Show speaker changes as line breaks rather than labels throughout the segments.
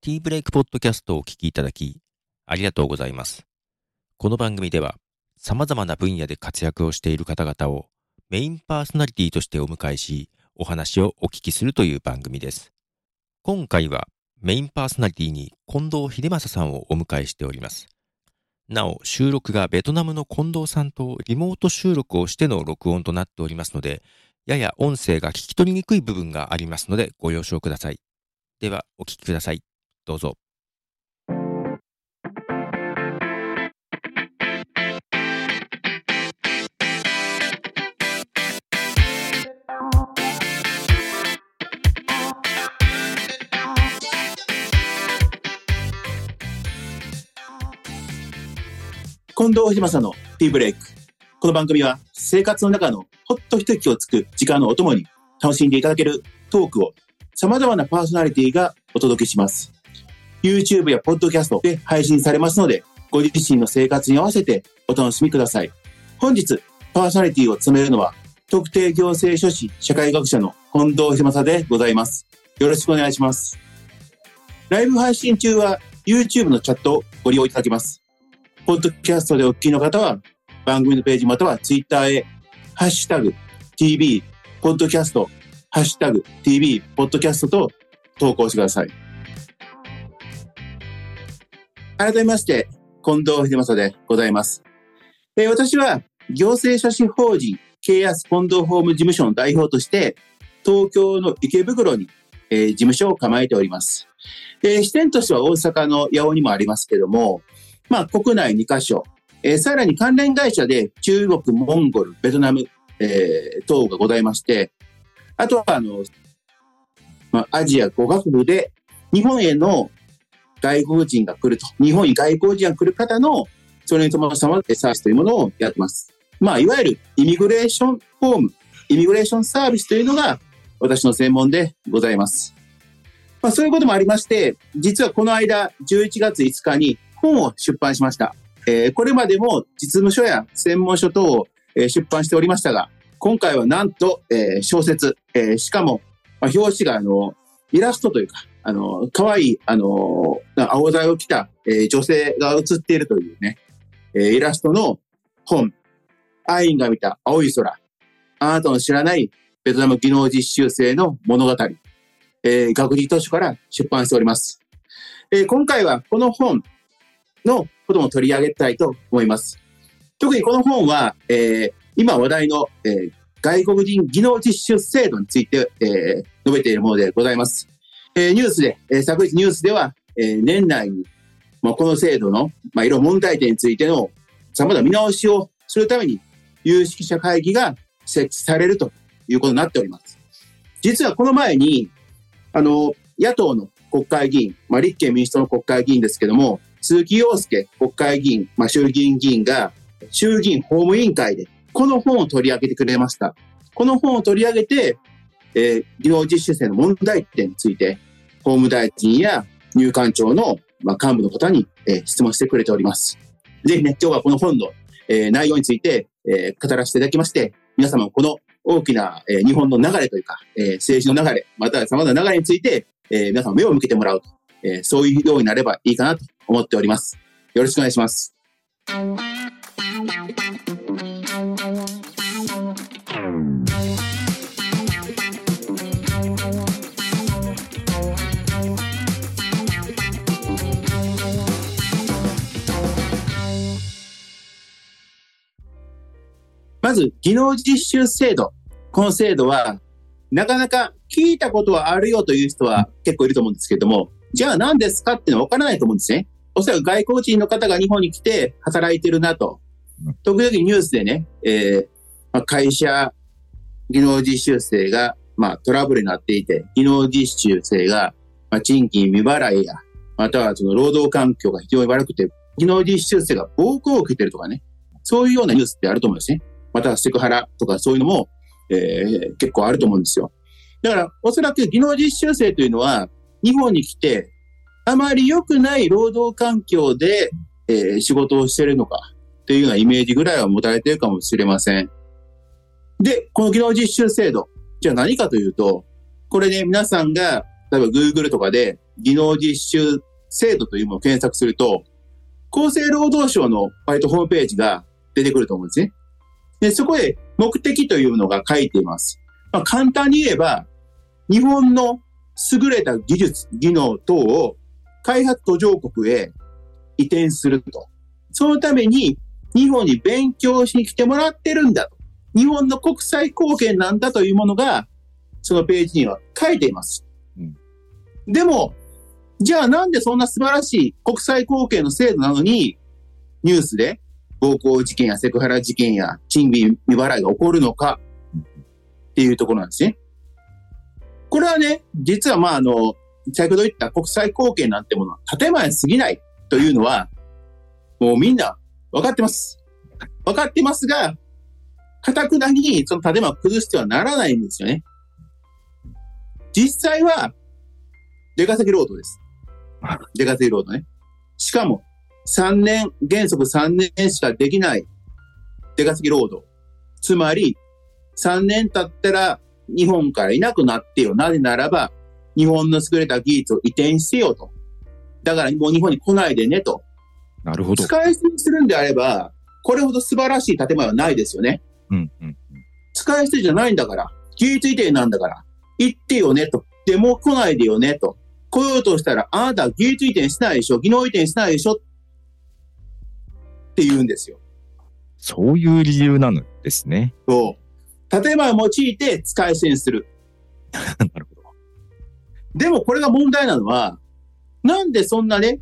ティーブレイクポッドキャストをお聞きいただき、ありがとうございます。この番組では、様々な分野で活躍をしている方々をメインパーソナリティとしてお迎えし、お話をお聞きするという番組です。今回はメインパーソナリティに近藤秀正さんをお迎えしております。なお、収録がベトナムの近藤さんとリモート収録をしての録音となっておりますので、やや音声が聞き取りにくい部分がありますのでご了承ください。では、お聞きください。どうぞ。
近藤藤正のティーブレイク。この番組は生活の中のほっと一息をつく時間のお供に楽しんでいただけるトークを様々なパーソナリティがお届けします。YouTube や Podcast で配信されますので、ご自身の生活に合わせてお楽しみください。本日、パーソナリティを務めるのは、特定行政書士社会学者の近藤藤正でございます。よろしくお願いします。ライブ配信中は YouTube のチャットをご利用いただけます。ポッドキャストでお聞きの方は、番組のページまたはツイッターへ、ハッシュタグ、TV、ポッドキャスト、ハッシュタグ、TV、ポッドキャストと投稿してください。改めまして、近藤秀正でございます。えー私は、行政書士法人、ケイアス近藤法務事務所の代表として、東京の池袋に、えー事務所を構えております。えー支店としては大阪の八尾にもありますけども、まあ、国内2カ所、えーさらに関連会社で中国、モンゴル、ベトナム、えー等がございまして、あとはあの、まあ、アジア5カ国で日本への外国人が来ると、日本に外国人が来る方の、それに伴うさまサービスというものをやってます。まあ、いわゆるイミグレーションフォーム、イミグレーションサービスというのが私の専門でございます。まあ、そういうこともありまして、実はこの間、11月5日に本を出版しました。えーこれまでも実務書や専門書等を、えー出版しておりましたが、今回はなんと、えー小説、えーしかも、まあ、表紙があのイラストというか、あの可愛いあの青材を着た、えー女性が写っているというね、えーイラストの本、アインが見た青い空、あなたの知らないベトナム技能実習生の物語。えー学術図書から出版しております。えー今回はこの本のことも取り上げたいと思います。特にこの本は、えー今話題の、えー外国人技能実習制度について、えー述べているものでございます。えーニュースで、えー昨日ニュースでは、えー年内に、まあ、この制度の、まあ、いろいろ問題点についての様々な見直しをするために有識者会議が設置されるということになっております。実はこの前に、あの、野党の国会議員、まあ、立憲民主党の国会議員ですけども、鈴木陽介国会議員、まあ、衆議院議員が、衆議院法務委員会で、この本を取り上げてくれました。この本を取り上げて、えー技能実習生の問題点について、法務大臣や入管庁の、まあ、幹部の方に、えー質問してくれております。ぜひね、今日はこの本の、えー内容について、えー語らせていただきまして、皆様もこの大きな、えー日本の流れというか、えー政治の流れ、または様々な流れについて、えー皆さん目を向けてもらうと、えーそういうようになればいいかなと思っております。よろしくお願いします。まず、技能実習制度。この制度は、なかなか聞いたことはあるよという人は結構いると思うんですけども、じゃあ何ですかっていうのは分からないと思うんですね。おそらく外国人の方が日本に来て働いてるなと
うん。
時々ニュースでね、えーまあ、会社、技能実習生が、まあ、トラブルになっていて、技能実習生が、まあ、賃金未払いや、またはその労働環境が非常に悪くて、技能実習生が暴行を受けてるとかね、そういうようなニュースってあると思うんですね。またはセクハラとかそういうのも、えー結構あると思うんですよ。だから、おそらく技能実習生というのは、日本に来て、あまり良くない労働環境で、えー仕事をしてるのか、というようなイメージぐらいは持たれてるかもしれません。で、この技能実習制度、じゃあ何かというと、これね、皆さんが例えば Google とかで技能実習制度というものを検索すると、厚生労働省のバイトホームページが出てくると思うんですね。で、そこへ目的というのが書いています。まあ、簡単に言えば、日本の優れた技術、技能等を開発途上国へ移転すると。そのために日本に勉強しに来てもらってるんだと。日本の国際貢献なんだというものが、そのページには書いています。
うん
でも、じゃあなんでそんな素晴らしい国際貢献の制度なのに、ニュースで暴行事件やセクハラ事件や賃金未払いが起こるのかっていうところなんですね。これはね、実はまああの、先ほど言った国際貢献なんてものは建前に過ぎないというのは、もうみんな分かってます。分かってますが、かたくなにその建前を崩してはならないんですよね。実際は、出稼ぎ労働です。出稼ぎ労働ね。しかも、3年、原則3年しかできない出稼ぎ労働。つまり、3年経ったら日本からいなくなってよ。なぜならば、日本の優れた技術を移転してよと。だからもう日本に来ないでねと。
なるほど。
使い捨てにするんであれば、これほど素晴らしい建前はないですよね。
うんうん。
使い捨てじゃないんだから、技術移転なんだから、行ってよねと。でも来ないでよねと。来ようとしたら、あなたは技術移転しないでしょ、技能移転しないでしょって言うんですよ。
そういう理由なのですね。
そう。建前を用いて使い捨てにする。
なるほど。
でもこれが問題なのは、なんでそんなね、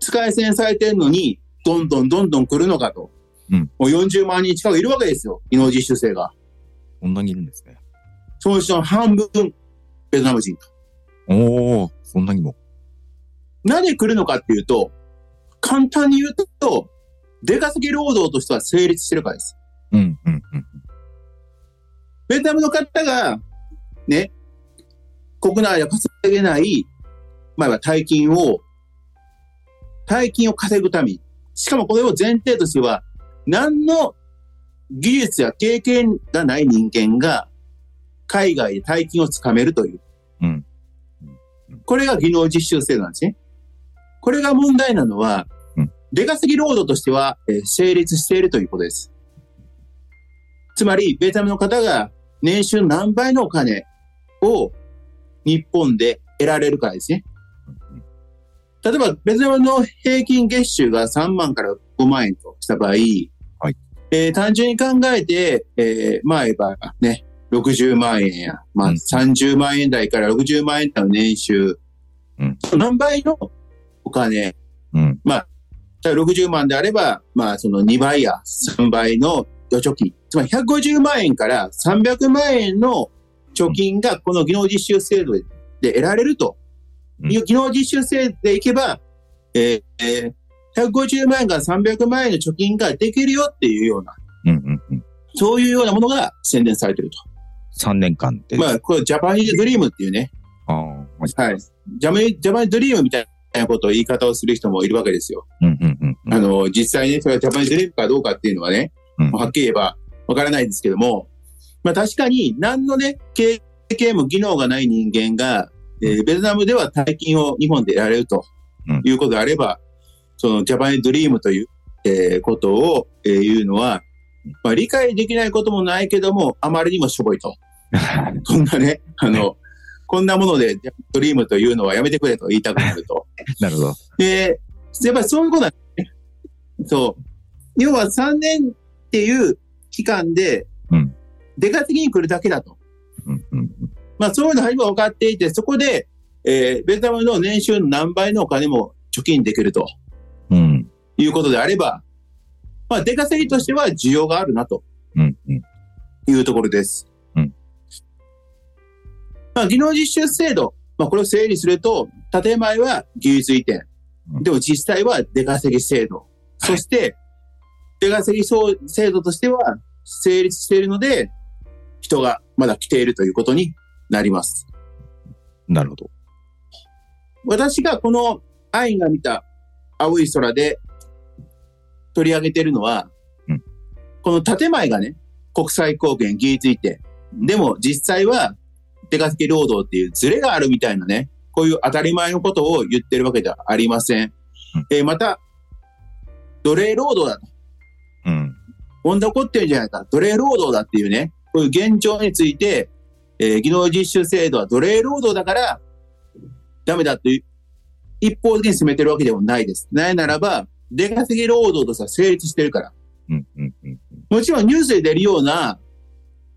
使い捨てにされてるのに、どんどんどんどん来るのかと。
うん
もう40万人近くいるわけですよ、技能実習生が。
こんなにいるんですね。
そのうちの半分、ベトナム人。
おお、そんなにも。
なぜ来るのかっていうと、簡単に言うと、出稼ぎ労働としては成立してるからです。
うんうんうん。
ベトナムの方が、ね、国内で稼げない、まあ、要は大金を、大金を稼ぐために、しかもこれを前提としては、何の技術や経験がない人間が、海外で大金をつかめるという。
うん
これが技能実習制度なんですね。これが問題なのは、
うん
出稼ぎ労働としては、えー成立しているということです。つまり、ベトナムの方が年収何倍のお金を日本で得られるからですね。例えば、ベトナムの平均月収が3万から5万円とした場合、
はい
えー単純に考えて、えーまあ言えばね、60万円や、まあ、
うん
30万円台から60万円台の年収、
うん
何倍のお金、
うん
例えば60万であれば、まあその2倍や3倍の預貯金、つまり150万円から300万円の貯金がこの技能実習制度で得られるという技能実習制度でいけば、えーえー150万円から300万円の貯金ができるよっていうような、
うんうんうん。
そういうようなものが宣伝されてると。
3年間で。
まあ、これジャパニーズドリームっていうね、
あー、
はい。ジャマニジャパニーズドリームみたいなことを言い方をする人もいるわけですよ。
うんうんうんうん。
あの、実際ね、それはジャパニーズレープかどうかっていうのはね、
うん
はっきり言えばわからないんですけども、まあ確かに何のね、経験も技能がない人間が、えーベトナムでは大金を日本でやれると
うん
いうことであれば、そのジャパニーズドリームという、えーことを、えー言うのは、まあ理解できないこともないけども、あまりにもしょぼいと。そんなね、あの、こんなもので、ジャパニーズドリームというのはやめてくれと言いたくなると。
なるほど。
で、やっぱりそういうことなんですね。そう。要は3年っていう期間で
うん、
出稼ぎに来るだけだと。
うんうんうん。
まあそういうの初め分かっていて、そこで、えーベトナムの年収の何倍のお金も貯金できると
うん
いうことであれば、まあ出稼ぎとしては需要があるなと
うんうん。
いうところです。
うん
まあ技能実習制度、まあこれを整理すると、建前は技術移転
う。ん
でも実際は出稼ぎ制度。そして、出稼ぎそう制度としては成立しているので、人がまだ来ているということになります。
なるほど。
私がこのアインが見た青い空で取り上げてるのは、
うん
この建前がね、国際貢献、技術移転。でも実際は手がけ労働っていうズレがあるみたいなね、こういう当たり前のことを言ってるわけではありません。
うん
えーまた、奴隷労働だと。
うん。
問題起こってるんじゃないか。奴隷労働だっていうね、こういう現状について、えー技能実習制度は奴隷労働だから、ダメだという、一方的に進めてるわけでもないです。ないならば、出稼ぎ労働としては成立してるから。
うん。うん。うん。
もちろんニュースで出るような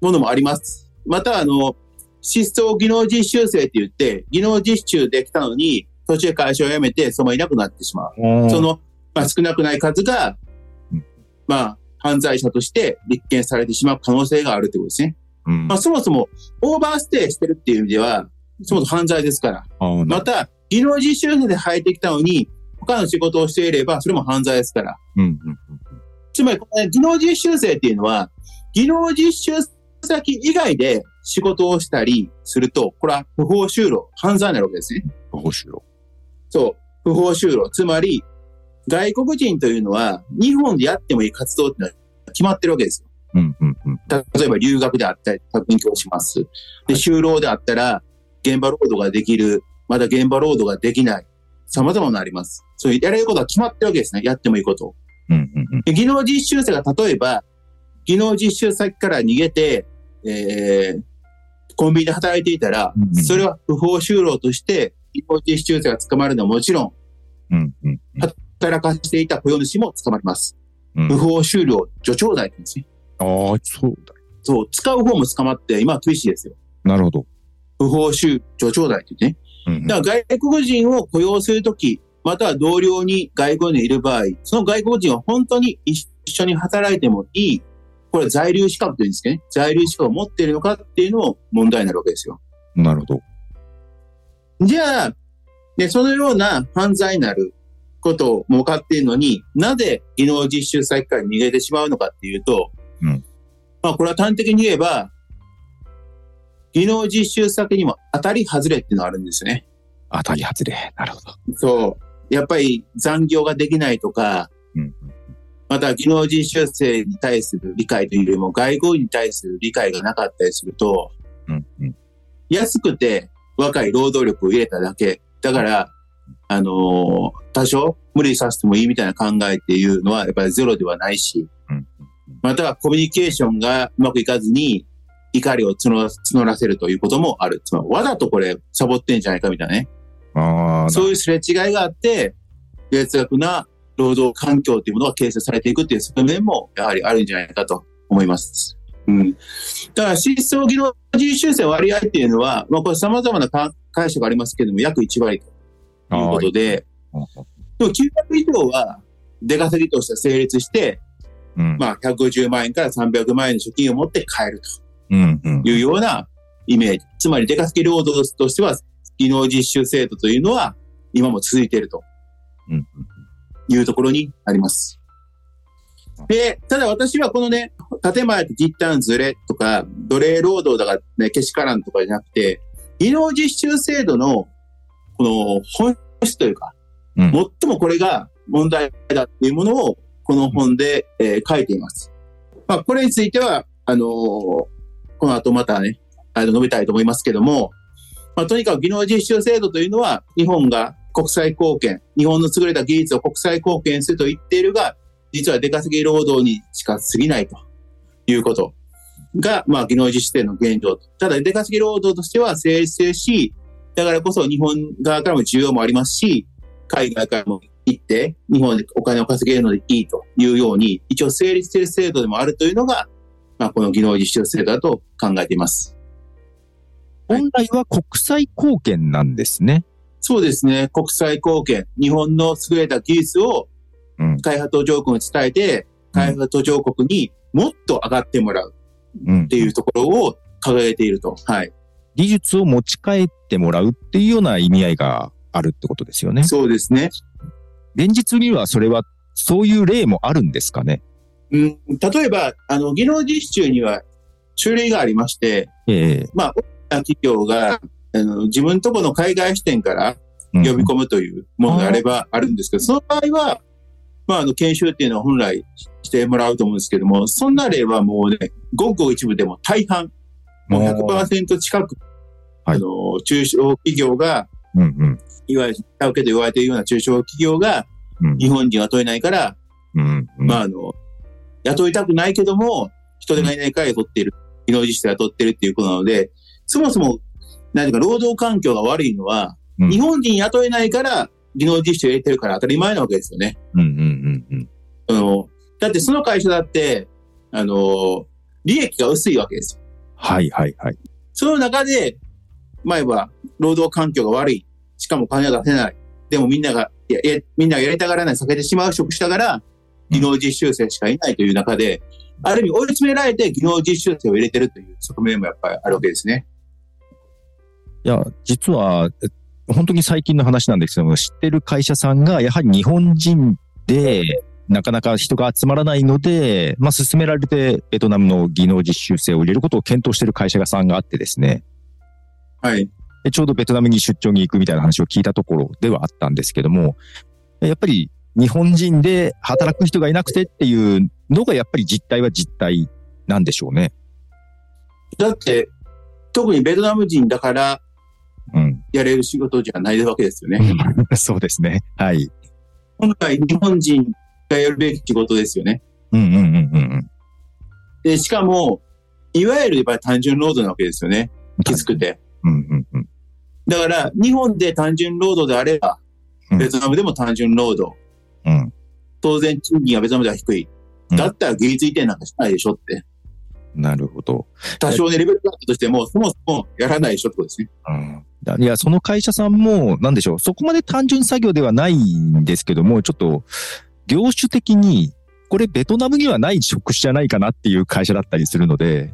ものもあります。また、あの、失踪技能実習生って言って、技能実習できたのに、途中で会社を辞めて、そのままいなくなってしまう。
おー
その、まあ、少なくない数が
うん、
まあ、犯罪者として立件されてしまう可能性があるということですね。
うん。
まあ、そもそも、オーバーステイしてるっていう意味では、そもそも犯罪ですから。
あーな
また、技能実習生で入ってきたのに、他の仕事をしていれば、それも犯罪ですから。
うん。うん。
つまり、この技能実習生っていうのは、技能実習先以外で仕事をしたりすると、これは不法就労、犯罪になるわけですね。
不法就労。
そう、不法就労。つまり、外国人というのは、日本でやってもいい活動っていうのは決まってるわけですよ。
うん。うん。うん。
例えば留学であったり、勉強します。で、就労であったら、現場労働ができる、まだ現場労働ができない。様々なあります。そういうやれることは決まってるわけですね。やってもいいことを。
うん。うん。うん。
で技能実習生が例えば、技能実習先から逃げて、えーコンビニで働いていたら、
うん
それは不法就労として、技能実習生が捕まるのはもちろん、
うん。うん。
働かせていた雇用主も捕まります。
うん
不法就労助長罪って言うんですね。
ああ、そうだ。
そう、使う方も捕まって、今は厳しいですよ。
なるほど。
不法就助長罪って言って
う
ね。
ん
だから外国人を雇用するとき、または同僚に外国人がいる場合、その外国人は本当に一緒に働いてもいい、これ在留資格というんですけどね、在留資格を持っているのかっていうのも問題になるわけですよ。
なるほど。
じゃあ、ね、そのような犯罪になることも分かっているのに、なぜ技能実習先から逃げてしまうのかっていうと、
うん
まあこれは端的に言えば、技能実習先にも当たり外れっていうのがあるんですよね。
当たり外れ。なるほど。
そう。やっぱり残業ができないとか、
うん。
また技能実習生に対する理解というよりも外交に対する理解がなかったりすると、
うん。うん。
安くて若い労働力を入れただけ。だから、あのー多少無理させてもいいみたいな考えっていうのはやっぱりゼロではないし、
うん。
またはコミュニケーションがうまくいかずに怒りを募募らせるということもある。つまり、わざとこれサボってんじゃないかみたいなね。
ああ、
そういうすれ違いがあって、劣悪な労働環境というものが形成されていくっていう側面もやはりあるんじゃないかと思います。うん。だから、失踪技能実習生割合っていうのは、まあ、これ様々なか解釈がありますけれども、約1割と
あー
いうことで、でも9割以上は出稼ぎとして成立して、
うん。
まあ、150万円から300万円の貯金を持って帰る
うん。うん
と。いうようなイメージ。つまり、出稼ぎ労働としては、技能実習制度というのは、今も続いていると。
うん。
いうところにあります。で、ただ私はこのね、建前と実態のズレとか、奴隷労働だからね、けしからんとかじゃなくて、技能実習制度の、この本質というか、
うん
最もこれが問題だっていうものを、この本で、えー書いています。まあ、これについては、あのーこの後またね、あの、述べたいと思いますけども、まあ、とにかく技能実習制度というのは、日本が国際貢献、日本の優れた技術を国際貢献すると言っているが、実は出稼ぎ労働にしか過ぎないということが、まあ、技能実習制度の現状と。ただ、出稼ぎ労働としては成立してるし、だからこそ日本側からも需要もありますし、海外からも行って、日本でお金を稼げるのでいいというように、一応成立している制度でもあるというのが、まあ、この技能実習制度だと考えています。
本来は国際貢献なんですね。
そうですね。国際貢献。日本の優れた技術を
うん
開発途上国に伝えて、開発途上国にもっと上がってもらう
うん
っていうところを掲げていると。はい。
技術を持ち帰ってもらうっていうような意味合いがあるってことですよね。
そうですね。
現実にはそれはそういう例もあるんですかね。
うん、例えば、あの、技能実習には種類がありまして、
ええ
まあ、大きな企業が、あの自分とこの海外支店から
うん
呼び込むというものがあればあるんですけど、その場合は、まあ、あの、研修っていうのは本来してもらうと思うんですけども、そんな例はもうね、ごくごく一部でも大半、もう100%近く
はい
あの、中小企業が、
うんうん。
いわゆる、下請けと言われているような中小企業が、
うん
日本人は雇えないから、
うんうん。
まあ、あの、雇いたくないけども、人手がいないから雇っている、技能実習者が雇っているっていうことなので、そもそも、何か労働環境が悪いのは、
うん
日本人雇えないから、技能実習を入れてるから当たり前なわけですよね。
うんうんうん
あの、だってその会社だって、あの、利益が薄いわけですよ。
はいはいはい。
その中で、前は労働環境が悪い。しかも金が出せない。でもみんなが、いやいやみんながやりたがらない、避けてしまう職種だから、技能実習生しかいないという中で、ある意味追い詰められて技能実習生を入れてるという側面もやっぱりあるわけですね。
いや、実は、え本当に最近の話なんですけども、知ってる会社さんが、やはり日本人で、なかなか人が集まらないので、まあ、勧められて、ベトナムの技能実習生を入れることを検討している会社がさんがあってですね、
はい。
でちょうどベトナムに出張に行くみたいな話を聞いたところではあったんですけども、やっぱり日本人で働く人がいなくてっていうのが、やっぱり実態は実態なんでしょうね。
だって、特にベトナム人だから
うん。
やれる仕事じゃないわけですよね。
そうですね。はい。
本来日本人がやるべき仕事ですよね。
うんうんうんうんうん。
で、しかも、いわゆるやっぱり単純労働なわけですよね。きつくて。
うんうんうん。
だから、日本で単純労働であれば
う、ん
ベトナムでも単純労働。
うん。
当然、賃金はベトナムでは低い。
うん
だったら技術移転なんかしないでしょって。
なるほど。
多少ね、レベルがあったとしても、そもそもやらないでしょってことですね。
うん、だいや、その会社さんも、なんでしょう、そこまで単純作業ではないんですけども、ちょっと、業種的に、これベトナムにはない職種じゃないかなっていう会社だったりするので、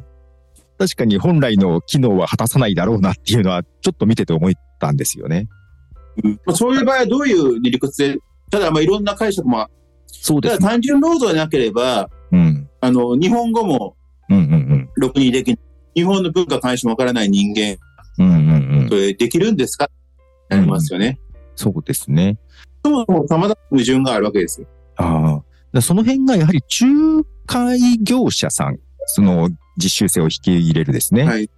確かに本来の機能は果たさないだろうなっていうのは、ちょっと見てて思ったんですよね。
まあ、そういう場合はどういう理屈で、ただ、まあ、いろんな解釈も、
そう
ただ
ね。
単純労働でなければ、
うん。
あの、日本語も
うんうん
ろくにできない。日本の文化関心もわからない人間、
うん。うんうんうん
そ。れできるんですかってなりますよね。
そうですね。
そもそも様々な矛盾があるわけですよ。
ああ。だその辺がやはり仲介業者さん、その実習生を引き入れるですね。
はい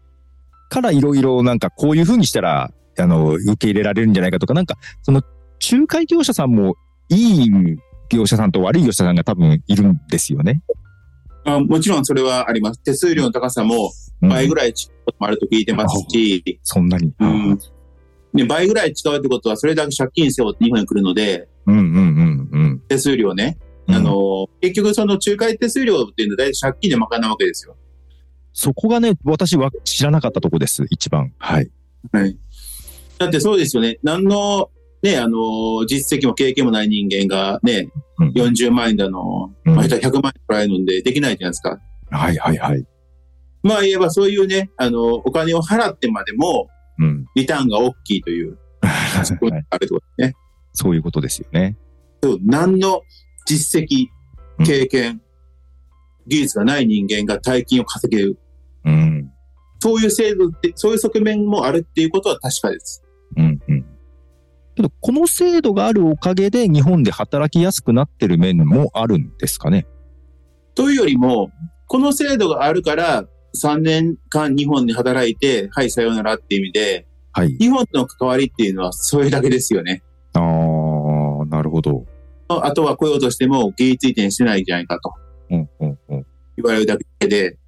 からいろいろなんかこういうふうにしたら、あの、受け入れられるんじゃないかとか、なんか、その仲介業者さんもいい業者さんと悪い業者さんが多分いるんですよね。
あもちろんそれはあります。手数料の高さも
うん
倍ぐらい違うこともあると聞いてますし、
そんなに。
うんね、倍ぐらい違うってことは、それだけ借金背負って日本に来るので、
うんうんうんうん
手数料ね。
うん。
あの、結局その仲介手数料っていうのは大体借金で賄うわけですよ。
そこがね、私は知らなかったとこです、一番。はい。
はい。だってそうですよね。何の、ね、あの、実績も経験もない人間がね、
うん
40万円だの、
うん
まあ、下手100万円くらいのんでできないじゃないですか。
はいはいはい。
まあ言えばそういうね、あの、お金を払ってまでも、
うん。
リターンが大きいという、そういうのがあるってことですね。
そういうことですよね。
そう何の実績、経験、技術がない人間が大金を稼げる。
うん。
そういう制度って、そういう側面もあるっていうことは確かです。
うんうん。けど、この制度があるおかげで、日本で働きやすくなってる面もあるんですかね。
というよりも、この制度があるから、3年間日本で働いて、はい、さようならっていう意味で、
はい。
日本との関わりっていうのはそれだけですよね。
ああ、なるほど。
あとは雇用としても技術移転してないんじゃないかと
うんうんうん。
言われるだけで、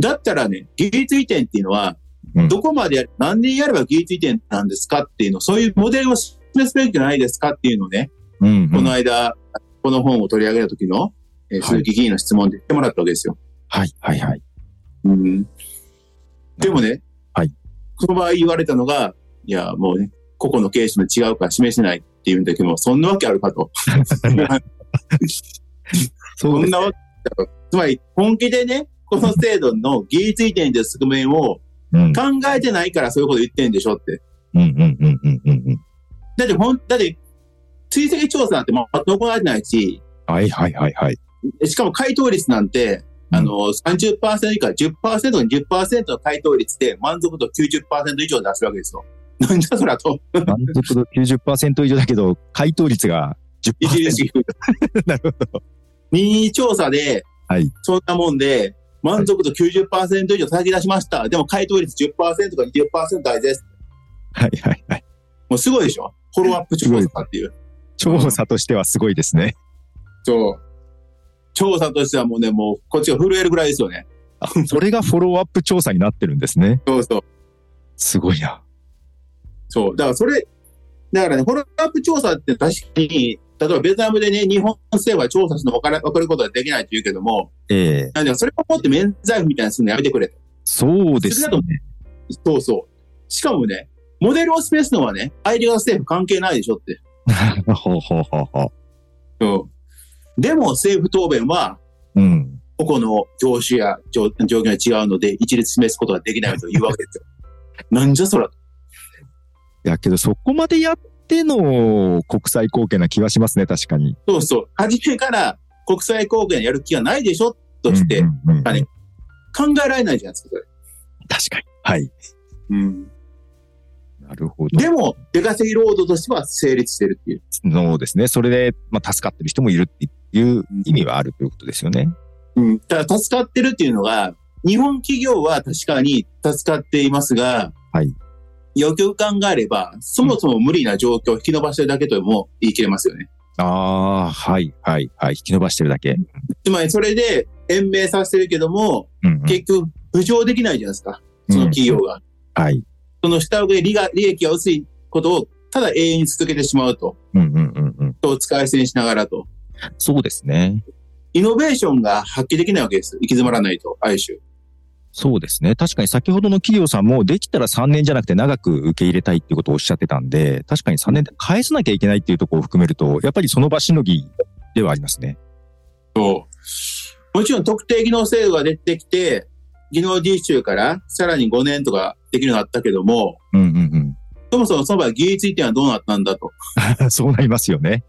だったらね、技術移転っていうのは、
うん
どこまでやる、何年やれば技術移転なんですかっていうの、そういうモデルを示すべきじゃないですかっていうのをね、
うん、うん。
この間、この本を取り上げた時の、えー
はい
鈴木議員の質問で言ってもらったわけですよ。
はいはいはい。
うん、でもね、
はい
その場合言われたのが、いや、もうね、個々のケースの違うから示せないっていうんだけども、そんなわけあるかと。
そ
そ
うん
なわけあるかとつまり、本気でね、この制度の技術移転という側面を
うん
考えてないからそういうこと言ってんでしょって。
うんうんうんうんうんうん。
だってほん、だって、追跡調査なんてまと行われてないし、
はいはいはいはい。
しかも回答率なんて、あの、30%以下、10%の10%の回答率で満足度90%以上出すわけですよ。 なんじゃそらと、
満足度90%以上だけど、回答率が
著
10%。
しく低い。
なるほど。
任意調査で
はい、
そんなもんで、満足度90%以上叩き出しました。でも回答率10%か20%台です。
はいはいはい。
もうすごいでしょフォローアップ調査っていう。
調査としてはすごいですね。
そう。調査としてはもうね、もうこっちが震えるぐらいですよね。
あそれがフォローアップ調査になってるんですね。
そうそう。
すごいな。
そう。だからそれ、だからね、フォローアップ調査って確かに、例えばベトナムでね、日本政府は調査するの分から分かることはできないって言うけども、
ええ
なんでそれを持って免罪符みたいにするのやめてくれと。
そうですね。
そうそう。しかもね、モデルを示すのはね、相手が政府関係ないでしょって。
ほうほうほうほ
うん。でも政府答弁は、
う。うん。
個々の業種や状状況が違うので、一律示すことができないというわけですよ。なんじゃそら。
やけど、そこまでやっての国際貢献な気はしますね、確かに。
そうそう。初めから国際貢献やる気がないでしょとして
うんうんうん
あれ考えられないじゃないですか、それ。
確かに。はい。
うん。
なるほど。
でも、出稼ぎ労働としては成立してるっていう。
そうですね。それで、まあ、助かってる人もいるっていう意味はあるということですよね。
うん。ただ、助かってるっていうのが、日本企業は確かに助かっていますが、
はい。
よくよく考えれば、そもそも無理な状況を引き伸ばしてるだけとも言い切れますよね。
ああ、はい、はい、はい。引き伸ばしてるだけ。
つまり、それで延命させてるけども、
うんうん
結局、浮上できないじゃないですか。その企業が。
はい。
その下請け利が利益が薄いことを、ただ永遠に続けてしまうと。
うんうんうんうん。
人を使い捨てにしながらと。
そうですね。
イノベーションが発揮できないわけです。行き詰まらないと、ある種。
そうですね。確かに先ほどの企業さんも、できたら3年じゃなくて長く受け入れたいっていうことをおっしゃってたんで、確かに3年で返さなきゃいけないっていうところを含めると、やっぱりその場しのぎではありますね。
もちろん特定技能制度が出てきて、技能実習からさらに5年とかできるようになったけども、
うんうん
そもそもその場合技術移転はどうなったんだと。
うん。 そうなりますよね。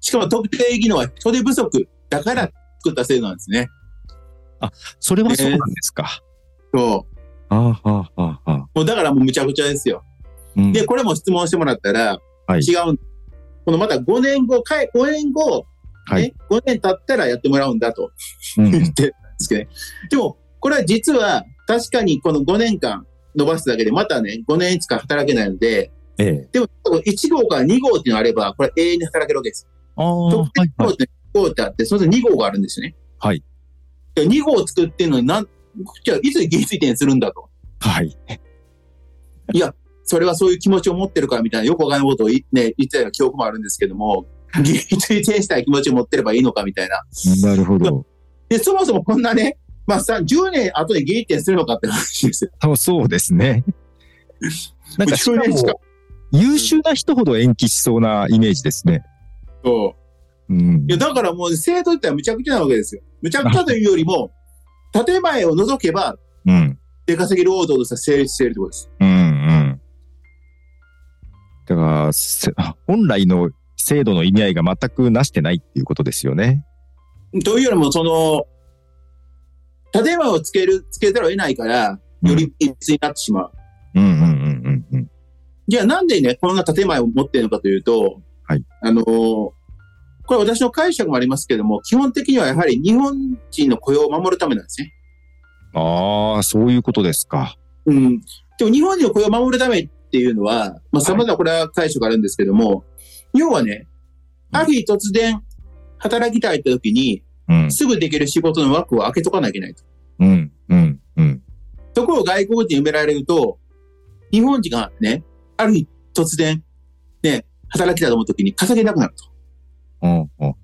しかも特定技能は人手不足だから作った制度なんですね。
それはそうなんですか。
そう。
ああ、はあ、はあ、は
もうだからもうむちゃくちゃですよ。
あ。
で、これも質問してもらったら、
はい
違うんこのまた5年後、かい5年後、
はい
ね、5年経ったらやってもらうんだと。
うんうん
言ってるんですけどね。でも、これは実は、確かにこの5年間伸ばすだけで、またね、5年しか働けないので、
ええ。
でも、1号から2号っていうのがあれば、これ永遠に働けるわけです。
ああ、は
特定
い、はい。
って1号ってあって、その2号があるんですよね。
はい
で。2号を作ってるのになん、じゃあいつ技術移転するんだと。
はい。
それはそういう気持ちを持ってるからみたいな、よくわかんないことをい、ね、言ってたような記憶もあるんですけども、技術移転したい気持ちを持ってればいいのかみたいな。
なるほど。
で、そもそもこんなね、まあ、さ10年後に技術移転するのかって話ですよ。
そうそうですね。 なんかしか
10年しか
も優秀な人ほど延期しそうなイメージですね。
そう。
うん
いや、だからもう制度ってはむちゃくちゃなわけですよ。むちゃくちゃというよりも、建前を除けば、
うん。
出稼ぎ労働として成立しているってことです。
うんうん。だから、せ本来の制度の意味合いが全くなしてないっていうことですよね。
というよりも、その、建前をつける、つけざるを得ないから、より一律になってしまう。
うんうんうんうんうん。
じゃあなんでね、こんな建前を持っているのかというと、
はい
あのーこれ私の解釈もありますけども、基本的にはやはり日本人の雇用を守るためなんですね。
ああ、そういうことですか。
うん。でも日本人の雇用を守るためっていうのは、まあ、様々なこれは解釈があるんですけども、要はね、
うん
ある日突然働きたいって時に、
うん。
すぐできる仕事の枠を開けとかなきゃいけないと。
うんうんうん。
そこを外国人に埋められると、日本人がね、ある日突然、ね、働きたいと思う時に稼げなくなると。
うんうん。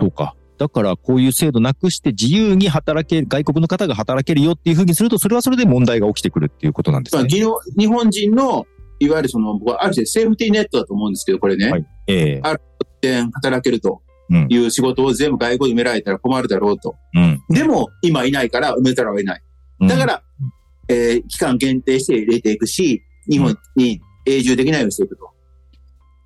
そうか。だから、こういう制度なくして自由に働ける、外国の方が働けるよっていうふうにすると、それはそれで問題が起きてくるっていうことなんです
まあ、
ね。
技能日本人の、いわゆるその、僕はある種セーフティーネットだと思うんですけど、これね、
はいええ
突然働けるという仕事を全部外国に埋められたら困るだろうと。
うん。
でも、今いないから埋めざるを得ない。
うん。
だから、えー期間限定して入れていくし、日本に永住できないようにしていくと。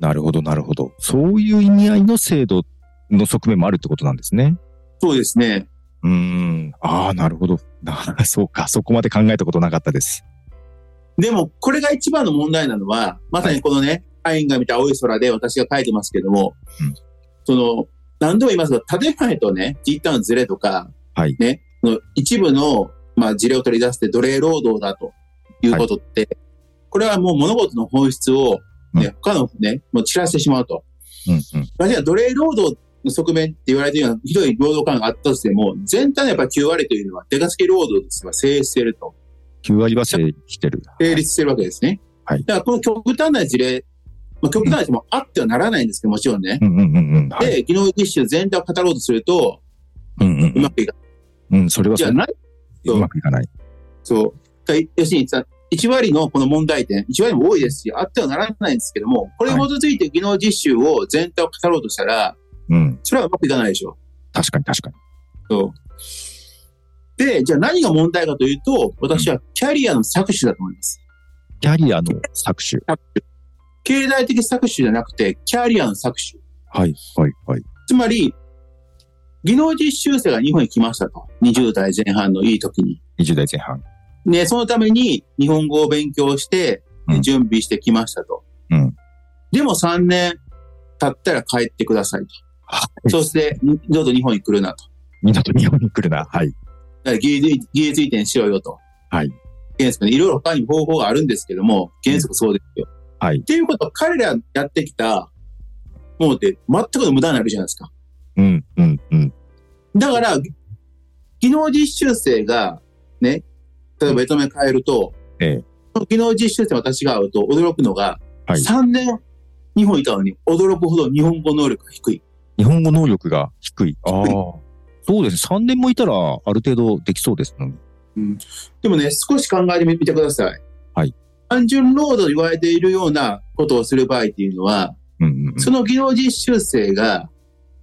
なるほど、なるほど。そういう意味合いの制度の側面もあるってことなんですね。
そうですね。
うーん。ああ、なるほど。な そうか。そこまで考えたことなかったです。
でも、これが一番の問題なのは、まさにこのね、アインが見た青い空で私が書いてますけども、
うん
その、何度も言いますが、建前とね、実態のズレとか、
はい
ね、その一部の、まあ、事例を取り出して奴隷労働だということって、これはもう物事の本質を、ね
うん
他のね、もう散らしてしまうと。
うんうん。
まあじゃあ奴隷労働の側面って言われているようなひどい労働感があったとしても、全体のやっぱ9割というのは出稼ぎ労働ですが、制していると。
9割は成してる。
成立してるわけですね。
はい
だからこの極端な事例、まあ、極端な事例もあってはならないんですけど、もちろんね。
うんうんうんうん。はい。
で、技能実習全体を語ろうとすると、
うんう
うんまくいかない。
うん。うん、それは
じ
そ
ゃあ
う
ないと
うまくいかない。
そう。だから要するにさ、1割のこの問題点、1割も多いですし、あってはならないんですけども、これに基づいて技能実習を全体を語ろうとしたら、
うん。
それはうまくいかないでしょ。
確かに確かに。
そう。で、じゃあ何が問題かというと、私はキャリアの搾取だと思います。
キャリアの搾取。
経済的搾取じゃなくて、キャリアの搾取。
はいはいはい。
つまり、技能実習生が日本に来ましたと。20代前半のいい時に。
20代前半。
ね、そのために日本語を勉強して、
うん
準備してきましたと。
うん
でも3年経ったら帰ってください
は
と。そして、二度と日本に来るなと。
みんなと日本に来るな。はい。
だから技術技術移転しろよと。
はい。
原則ね、いろいろ他に方法があるんですけども、原則そうですよ。
はい
っていうことは、彼らやってきた、もうで全くの無駄になるじゃないですか。
うんうんうん。
だから、技能実習生が、ね、例えばベトナムに帰ると、
ええ
その技能実習生に私が会うと驚くのが、
はい
3年日本にいたのに驚くほど日本語能力が低い。
日本語能力が低い。ああ。そうですね。3年もいたら、ある程度できそうですのに。
でもね、少し考えてみてください。
はい
単純労働と言われているようなことをする場合っていうのは、
うんうん
その技能実習生が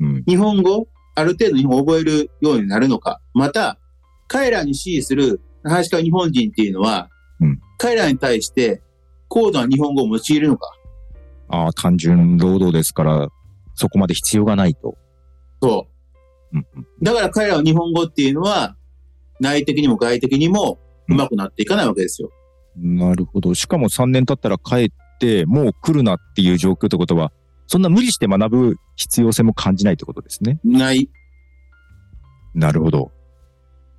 うん。うん
日本語、ある程度日本語を覚えるようになるのか、また、彼らに支持する話し家日本人っていうのは、
うん
彼らに対して高度な日本語を用いるのか、
ああ、単純労働ですから、そこまで必要がないと。
そ
うんうん
う。だから彼らの日本語っていうのは、内的にも外的にもうまくなっていかないわけですよ。
なるほど。しかも3年経ったら帰って、もう来るなっていう状況ってことは、そんな無理して学ぶ必要性も感じないってことですね。
ない。
なるほど。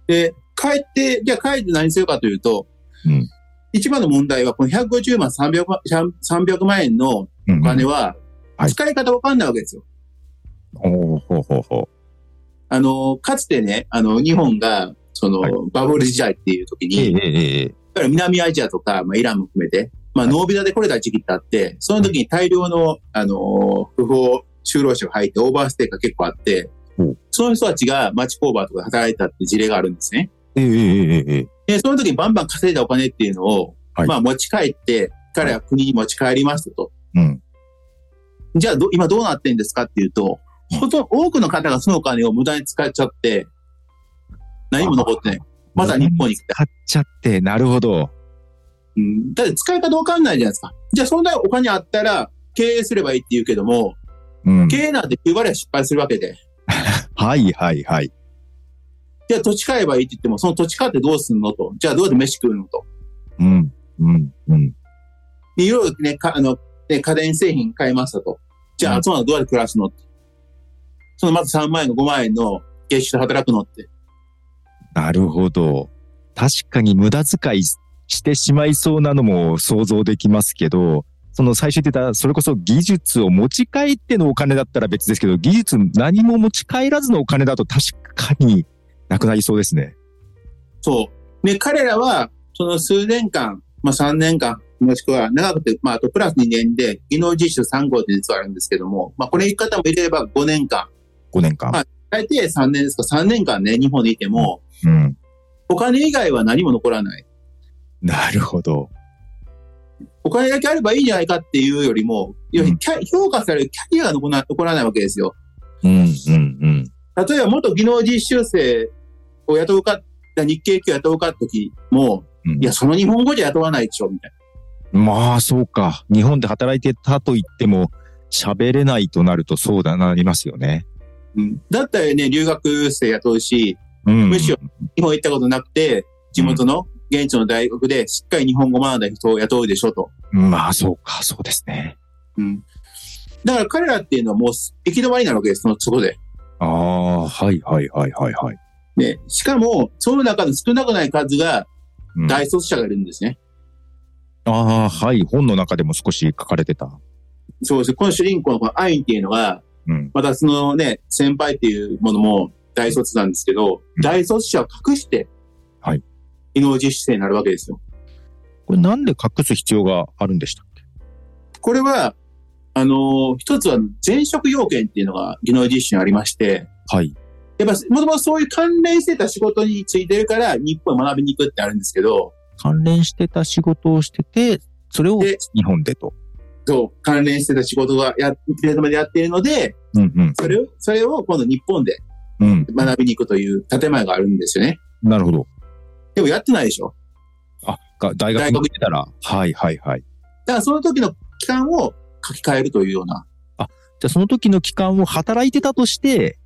で、帰って、じゃあ帰って何するかというと、
うん
一番の問題は、この150万300万、300万円のお
うんうん
金は
は、い
使い方わかんないわけですよ。
おーほうほうほ
あの、かつてね、あの、日本が、その、
はい
バブル時代っていう時
う。ええ
に、やっ
ええええ。
ぱり南アジアとか、まあ、イランも含めて、まあ、ノービザで来れた時期ってあって、その時に大量の、あの、不法就労者が入って、オーバーステイが結構あって
うん、
その人たちが町工場とかで働いたって事例があるんですね。
ええええええええ。
で、その時にバンバン稼いだお金っていうのを、
はい
まあ、持ち帰って、彼は国に持ち帰りましたと。
うん。
じゃあど、今どうなってんですかっていうと、
うん
ほとんど多くの方がそのお金を無駄に使っちゃって、何も残ってない。まだ日本に来た。
買っちゃって、なるほど。
うん、だって使い方わかんないじゃないですか。じゃあ、そんなお金あったら、経営すればいいって言うけども、
うん。
経営なんて9割は失敗するわけで。
はいはいはい。
じゃあ、土地買えばいいって言っても、その土地買ってどうすんのと。じゃあ、どうやって飯食うのと。
うん。うん。うん。
いろいろね、かあの、ね、家電製品買いましたと。じゃ
う
あ、
ん
その後どうやって暮らすのって。そのまず3万円の5万円の月収で働くのって。
なるほど。確かに無駄遣いしてしまいそうなのも想像できますけど、その最初言ってた、それこそ技術を持ち帰ってのお金だったら別ですけど、技術何も持ち帰らずのお金だと確かになくなりそうですね。
そう。で、彼らは、その数年間、まあ3年間、もしくは長くて、まああとプラス2年で、技能実習3号って実はあるんですけども、まあこれ言い方も入れれば5年間、
5年間。
はい大体3年ですか、3年間ね、日本にいても、
うん。
お金以外は何も残らない。
なるほど。
お金だけあればいいんじゃないかっていうよりも、要するにキャ評価されるキャリアが残ら残らないわけですよ。
うん、うん、うん。
例えば元技能実習生を雇うか、日系企業を雇うか時も、
うん
いや、その日本語じゃ雇わないでしょ、みたいな。
まあ、そうか。日本で働いてたと言っても、喋れないとなるとそうだなりますよね。
うんだったらね、留学生雇うし、
うん。
むしろ日本行ったことなくて、地元の現地の大学でしっかり日本語を学んだ人を雇うでしょと。
まあ、そうか。そうですね。
うんだから彼らっていうのはもう行き止まりになるわけです、そのそこで。
ああ、はい、はい、はい、はい、はい。
ね、しかも、その中で少なくない数が
うん
大卒者がいるんですね。
ああ、はい。本の中でも少し書かれてた。
そうです。この主人公のこのアインっていうのは、
うん。
またそのね、先輩っていうものも大卒なんですけど、
ん
大卒者を隠して、
はい。
技能実習生になるわけですよ。
これなんで隠す必要があるんでしたっけ
これは、あのー一つは前職要件っていうのが技能実習にありまして、
はい。
やっぱ、もともとそういう関連してた仕事についてるから、日本へ学びに行くってあるんですけど、
関連してた仕事をしてて、それを
で
日本でと。
そう、関連してた仕事がや、ベトナムでやっているので、
うんうん。
それを、それを今度日本で
うん。
学びに行くという建前があるんですよね。
なるほど。
でもやってないでしょ。
あ、が大学に行ってたら。はいはいはい。
だからその時の期間を書き換えるというような。
じゃあその時の期間を働いてたとして、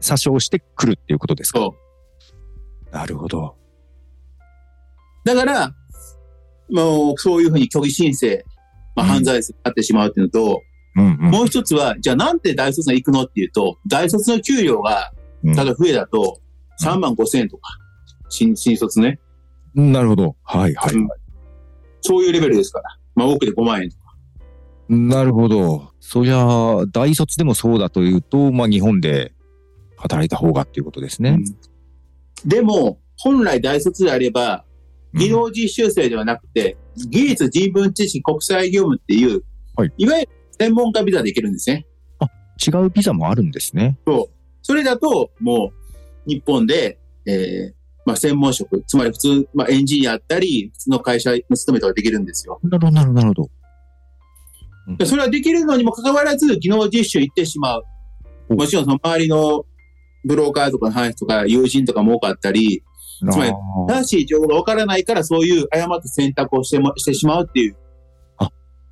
詐称してくるっていうことですか
そう。
なるほど。
だから、もうそういうふうに虚偽申請、まあ、
うん
犯罪になってしまうっていうのと、
うん
もう一つは、じゃあなんで大卒が行くのっていうと、大卒の給料が、
うん
ただ増えだと、
うん
3万5千円とか、新新卒ね、
うん。なるほど。はいはい。
そういうレベルですから。まあ多くで5万円とか。
なるほど。そりゃあ、大卒でもそうだというと、まあ日本で働いた方がっていうことですね。
でも、本来大卒であれば、
うん
技能実習生ではなくて、技術人文知識国際業務っていう、
はい、
わゆる専門家ビザで行けるんですね。
違うビザもあるんですね。
そう。それだと、もう、日本で、えーまあ、専門職、つまり普通、まあ、エンジニアだったり、普通の会社に勤めとかできるんですよ。
なるほど、なるほど、なるほど。
でそれはできるのにもかかわらず、技能実習行ってしまう。
お
もちろん、その周りのブローカーとかの話とか、友人とかも多かったり、つまり
あー
正しい情報がわからないから、そういう誤った選択をしてもしてしまうっていう、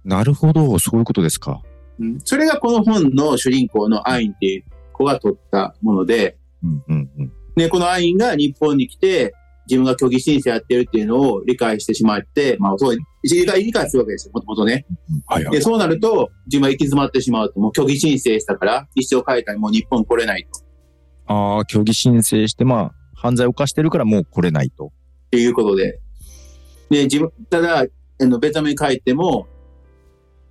なるほど、そういうことですか。
うんそれがこの本の主人公のアインっていう子が取ったもので、
うんうんうん。
ね、このアインが日本に来て、自分が虚偽申請やってるっていうのを理解してしまって、まあ、そう、理解理解するわけですよ、もともとね。
はいは
で、
い。
そうなると、自分は行き詰まってしまうと、もう虚偽申請したから、一生書いたらもう日本来れないと。っ
ああ、虚偽申請して、まあ、犯罪を犯してるからもう来れないと。
ていうことで。で、自分、ただ、あの、ベトナムに帰っても、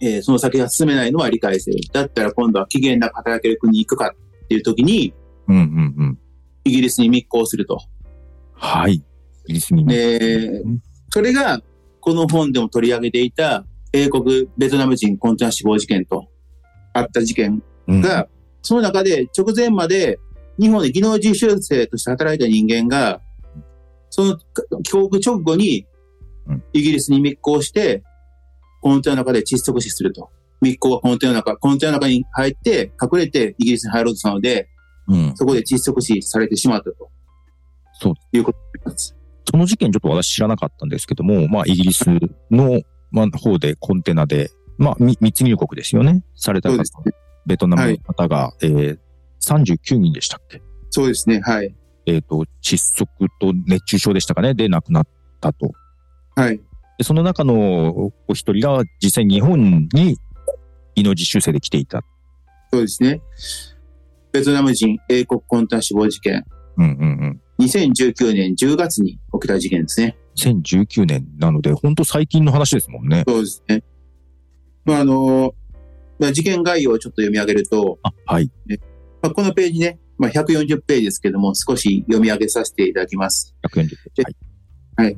えーその先が進めないのは理解してる。だったら今度は期限なく働ける国に行くかっていう時に、
うんうんうん。
イギリスに密航すると。
はい。イギリスにね。
で
うん、
それが、この本でも取り上げていた、英国ベトナム人混沌死亡事件とあった事件
うん
が、その中で直前まで日本で技能実習生として働いた人間が、その帰国直後に
うん
イギリスに密航して、混沌の中で窒息死すると。密航は混沌の中、混沌の中に入って隠れてイギリスに入ろうとしたので、
うん。
そこで窒息死されてしまったと。
そう
いうことになります。
その事件ちょっと私知らなかったんですけども、まあ、イギリスの、まあ、方でコンテナで、まあ、み密入国ですよね。された
そう
方
です、ね。
ベトナムの方が、えー、39人でしたっけ
そうですね。はい。
えっ、と、窒息と熱中症でしたかねで亡くなったと。
はい。
でその中のお一人が実際に日本に技能実習生で来ていた。
そうですね。ベトナム人英国混沌死亡事件。
うんうんうん。
2019年10月に起きた事件ですね。
2019年なので、本当最近の話ですもんね。
そうですね。まあ、あの、まあ、事件概要をちょっと読み上げると、
あ、はい。
まあ、このページね、まあ、140ページですけども、少し読み上げさせていただきます。
140ページ。はい。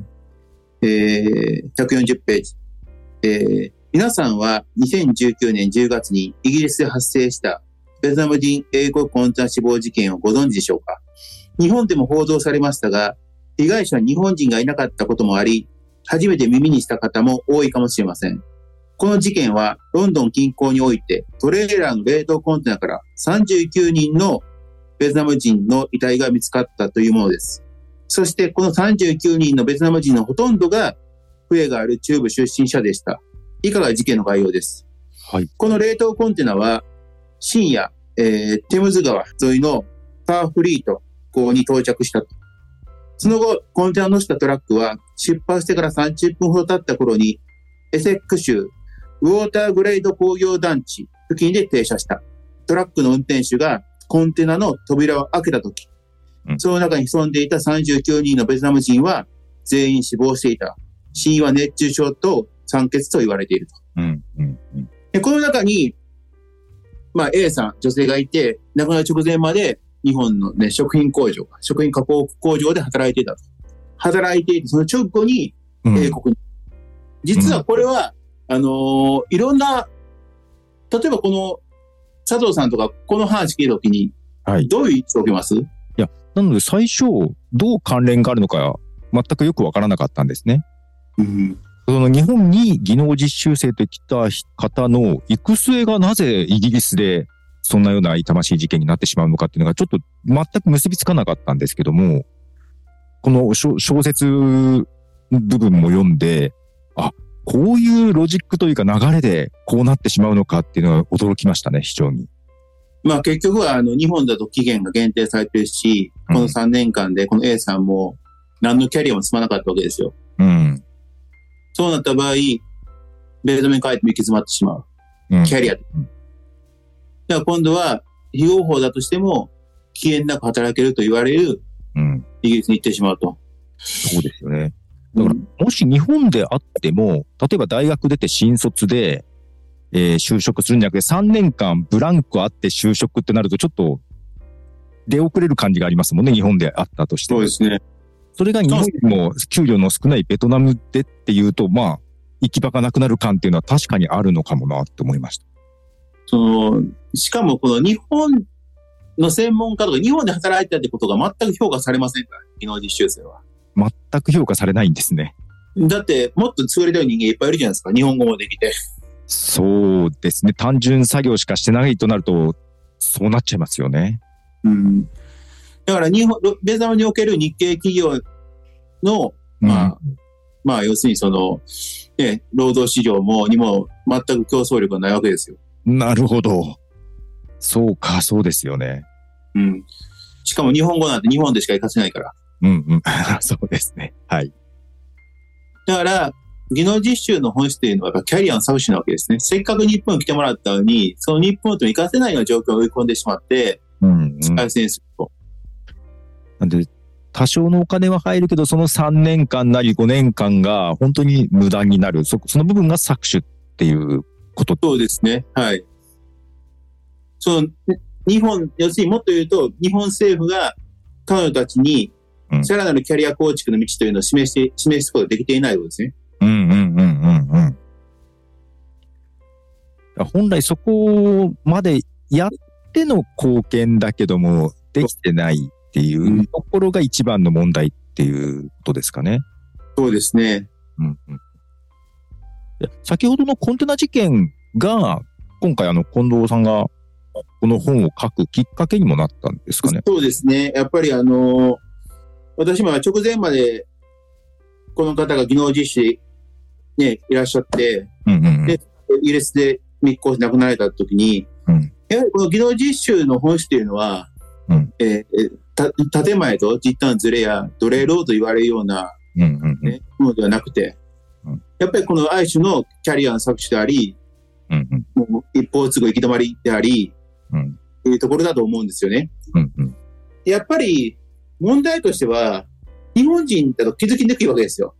えー140ページ。えー皆さんは2019年10月にイギリスで発生したベトナム人英国混沌死亡事件をご存知でしょうか日本でも報道されましたが、被害者は日本人がいなかったこともあり、初めて耳にした方も多いかもしれません。この事件はロンドン近郊においてトレーラーの冷凍コンテナから39人のベトナム人の遺体が見つかったというものです。そしてこの39人のベトナム人のほとんどが笛がある中部出身者でした。以下が事件の概要です。
はい。
この冷凍コンテナは深夜、えーテムズ川沿いのパーフリート港に到着したと。その後、コンテナを乗せたトラックは出発してから30分ほど経った頃にエセック州ウォーターグレード工業団地付近で停車した。トラックの運転手がコンテナの扉を開けた時、
うん
その中に潜んでいた39人のベトナム人は全員死亡していた。死因は熱中症と酸欠と言われていると。
うん、うん、うん。
で、この中に、まあ A さん、女性がいて、亡くなる直前まで日本のね、食品工場、食品加工工場で働いていたと。働いていて、その直後に
うん
英国に。実はこれは、あのーいろんな、例えばこの佐藤さんとかこの話聞いたときに、
はい
どういう印象を受けます
なので最初、どう関連があるのか全くよくわからなかったんですね。
うん。
その日本に技能実習生で来た方の行く末がなぜイギリスでそんなような痛ましい事件になってしまうのかっていうのがちょっと全く結びつかなかったんですけども、この小小説部分も読んで、あ、こういうロジックというか流れでこうなってしまうのかっていうのは驚きましたね、非常に。
まあ結局は、あの、日本だと期限が限定されてるし、
う
この
ん
3年間でこの A さんも何のキャリアも積まなかったわけですよ。
うん。
そうなった場合、ベルトメに帰っても行き詰まってしまう。
うん、
キャリアで。だから今度は、非合法だとしても、期限なく働けると言われる
うん。
イギリスに行ってしまうと。
そうですよね。だからもし日本であっても、例えば大学出て新卒で、えー就職するんじゃなくて、3年間ブランクあって就職ってなると、ちょっと出遅れる感じがありますもんね、日本であったとしても。
すね。
それが日本よりも給料の少ないベトナムでっていうと、まあ、行き場がなくなる感っていうのは確かにあるのかもなって思いました。
その、しかもこの日本の専門家とか、日本で働いてたってことが全く評価されませんから、技能実習生は。
全く評価されないんですね。
だって、もっと優れてる人間いっぱいいるじゃないですか。日本語もできて。
そうですね。単純作業しかしてないとなると、そうなっちゃいますよね。
うん。だから、日本、ベトナムにおける日系企業の、まあ、まあ、要するにその、ね、労働市場も、にも全く競争力がないわけですよ。
なるほど。そうか、そうですよね。
うん。しかも日本語なんて日本でしか活かせないから。
うんうん。 そうですね。はい。
だから、技能実習の本質というのはやっぱキャリアの搾取なわけですね。せっかく日本に来てもらったのに、その日本と行かせないような状況を追い込んでしまって、
うん、うん。
対戦すると。
なんで、多少のお金は入るけど、その3年間なり5年間が本当に無駄になる。そ、その部分が搾取っていうこと。
そうですね。はい。その、日本、要するにもっと言うと、日本政府が彼女たちに
う、ん
さらなるキャリア構築の道というのを示して、示すことができていないことですね。
うんうんうんうんうん。本来そこまでやっての貢献だけども、できてないっていうところが一番の問題っていうことですかね。
そうですね。
うんうんで先ほどのコンテナ事件が、今回あの、近藤さんが、この本を書くきっかけにもなったんですかね。
そうですね。やっぱりあのー私も直前まで、この方が技能実習、ね、いらっしゃって、
うんうんうん。
でイギリスで密航して亡くなられた時に、
うん
やはりこの技能実習の本質というのは、
うん
えーえーた建前と実態のズレや奴隷労と言われるような、
うんうんうん
ねものではなくて、
うん
やっぱりこの愛種のキャリアの搾取であり、
うんうん
もう一方通行行き止まりであり、
うん
というところだと思うんですよね。
うんうん
やっぱり問題としては、日本人だと気づきにくいわけですよ。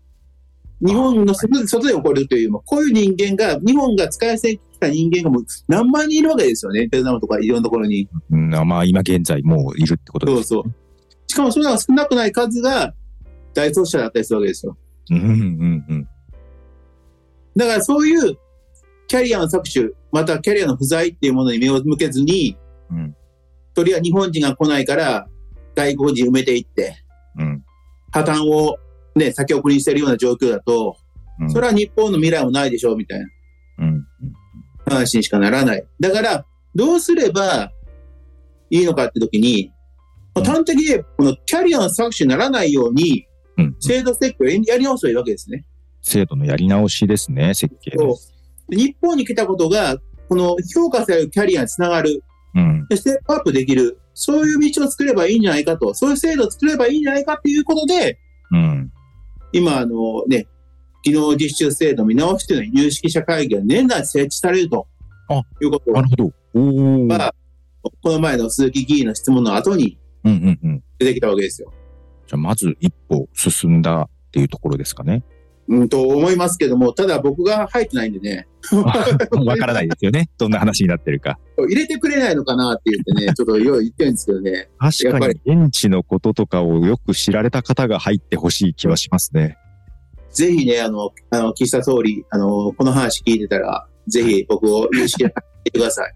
日本の外で外で起こるという、こういう人間が、日本が使い捨てた人間がもう何万人いるわけですよね。ベトナムとかいろんなところに。
うんあ。まあ今現在もういるってこと
そ
で
う
す。
そう。しかもそれが少なくない数が大創者だったりするわけですよ。
うんうんうん。
だからそういうキャリアの搾取、またキャリアの不在っていうものに目を向けずに、
うん
とりあえず日本人が来ないから外国人埋めていって、
うん
破綻をね、先送りにしてるような状況だと、
うん。
それは日本の未来もないでしょうみたいな
うん
話にしかならない。だから、どうすればいいのかって時に、まあ端的に言えばこのキャリアの搾取にならないように、
うんうん。
制度設計をやり直すというわけですね。
制度のやり直しですね、設計の。
そうで日本に来たことが、この評価されるキャリアにつながる、
うん
でステップアップできる、そういう道を作ればいいんじゃないかと、そういう制度を作ればいいんじゃないかっていうことで、
うん
今、あのね、技能実習制度見直しというのは有識者会議が年内設置されると
あ
いうことを
なるほど。おお。
まあこの前の鈴木議員の質問の後に、
ううんうんうん。
出てきたわけですよ。
じゃあ、まず一歩進んだっていうところですか ね。
うん、と思いますけども、ただ僕が入ってないんでね、
わからないですよね。どんな話になってるか。
入れてくれないのかなって言ってね、ちょっとよう言ってるんですけどね、
確かに、現地のこととかをよく知られた方が入ってほしい気はしますね。
ぜひね、あの、あの、岸田総理、あの、この話聞いてたら、ぜひ僕を認識してください。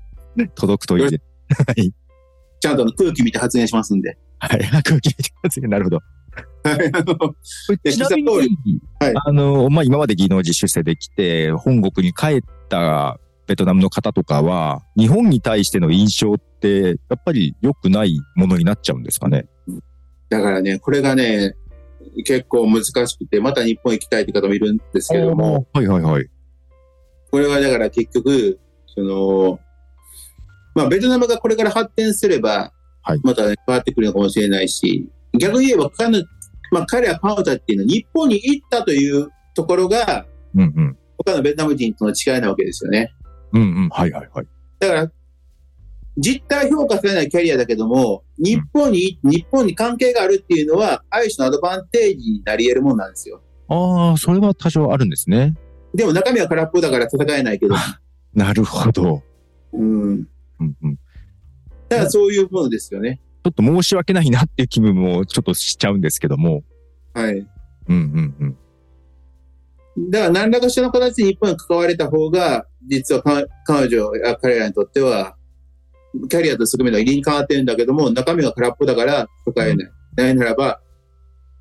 届くといいです。はい。
ちゃんとあの空気見て発言しますんで。
はい。空気入れてますねなるほど。
はいあの
ちなみに、
はい
あの、まあ、今まで技能実習生できて、本国に帰ったベトナムの方とかは、日本に対しての印象って、やっぱり良くないものになっちゃうんですかね。
だからね、これがね、結構難しくて、また日本行きたいって方もいるんですけれども、
はいはいはい。
これはだから結局、その、まあ、ベトナムがこれから発展すれば
はい、
またね変わってくるのかもしれないし、逆に言えば彼の、まあ、彼はパウダっていうのは日本に行ったというところが、
うんうん。
他のベトナム人との違いなわけですよね。
うんうん。はいはいはい。
だから、実態評価されないキャリアだけども、日本に、日本に関係があるっていうのは、ある種のアドバンテージになり得るもんなんですよ。
ああ、それは多少あるんですね。
でも中身は空っぽだから戦えないけど、
なるほど。
うん。
うんうん。
だからそういうものですよね。
ちょっと申し訳ないなっていう気分もちょっとしちゃうんですけども。
はい。
うんうんうん。
だから何らかしらの形で日本に関われた方が、実はか彼女や彼らにとっては、キャリアと側面が入りに変わってるんだけども、中身が空っぽだから使えない。ないならば、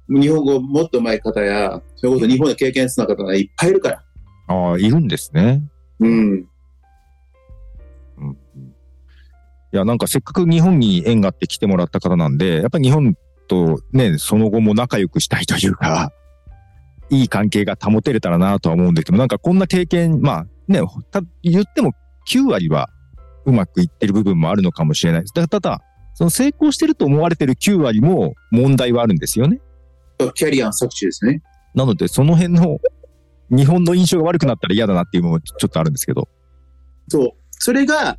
日本語をもっと上手い方や、それこそ日本で経験する方がいっぱいいるから。
ああ、いるんですね。
うん。
うんうん。いや、なんかせっかく日本に縁があって来てもらった方なんで、やっぱり日本とね、その後も仲良くしたいというか、 いい関係が保てれたらなとは思うんですけど、なんかこんな経験、まあね、た言っても9割はうまくいってる部分もあるのかもしれないです。ただ、ただ、その成功してると思われてる9割も問題はあるんですよね。
キャリアの搾取ですね。
なので、その辺の日本の印象が悪くなったら嫌だなっていうのもちょっとあるんですけど。
そう。それが、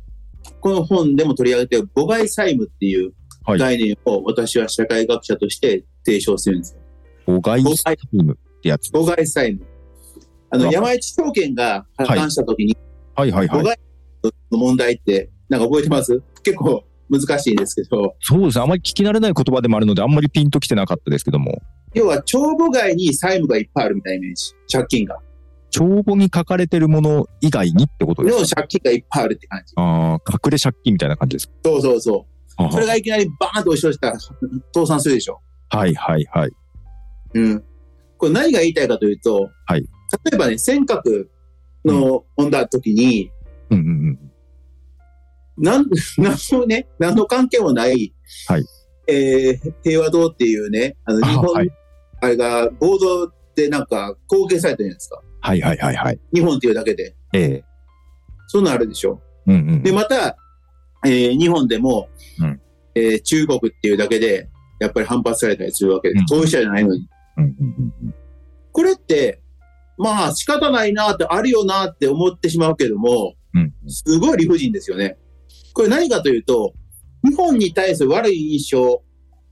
この本でも取り上げてる母外債務っていう
はい
概念を私は社会学者として提唱するんです
母
よ。
外スタイムってやつ。
母外債務。あ
は
の、
い
山一証券が破綻した時に、
はいはいは
母
い。
外の問題って、なんか覚えてます結構難しいんですけど、
そうですね。あまり聞き慣れない言葉でもあるので、あんまりピンときてなかったですけども。
要は帳簿外に債務がいっぱいあるみたいなイメージ。借金が。
帳簿に書かれてるもの以外にってこと
で
です
も
か、
借金がいっぱいあるって感じ。
ああ、隠れ借金みたいな感じですか
そうそうそう。
あー
それがいきなりバーンと押し寄せたら倒産するでしょ。
はいはいはい。
うん。これ何が言いたいかというと、
はい
例えばね、尖閣の問題の時に、
うんうんうん。
なん、 なんのね、何の関係もない、
はい
えー平和堂っていうね、あの、
あ
日本、
はい
あれが、暴動でなんか、公掲されたじゃないですか。
はいはいはいはい。
日本っていうだけで。
ええ
そんなんあるでしょ。
うんうん。
で、また、えー日本でも、
うん
えー中国っていうだけで、やっぱり反発されたりするわけで
うん
す。当事者じゃないのに。
うんうんうん
これって、まあ仕方ないなって、あるよなって思ってしまうけども、
うん。うん
すごい理不尽ですよね。これ何かというと、日本に対する悪い印象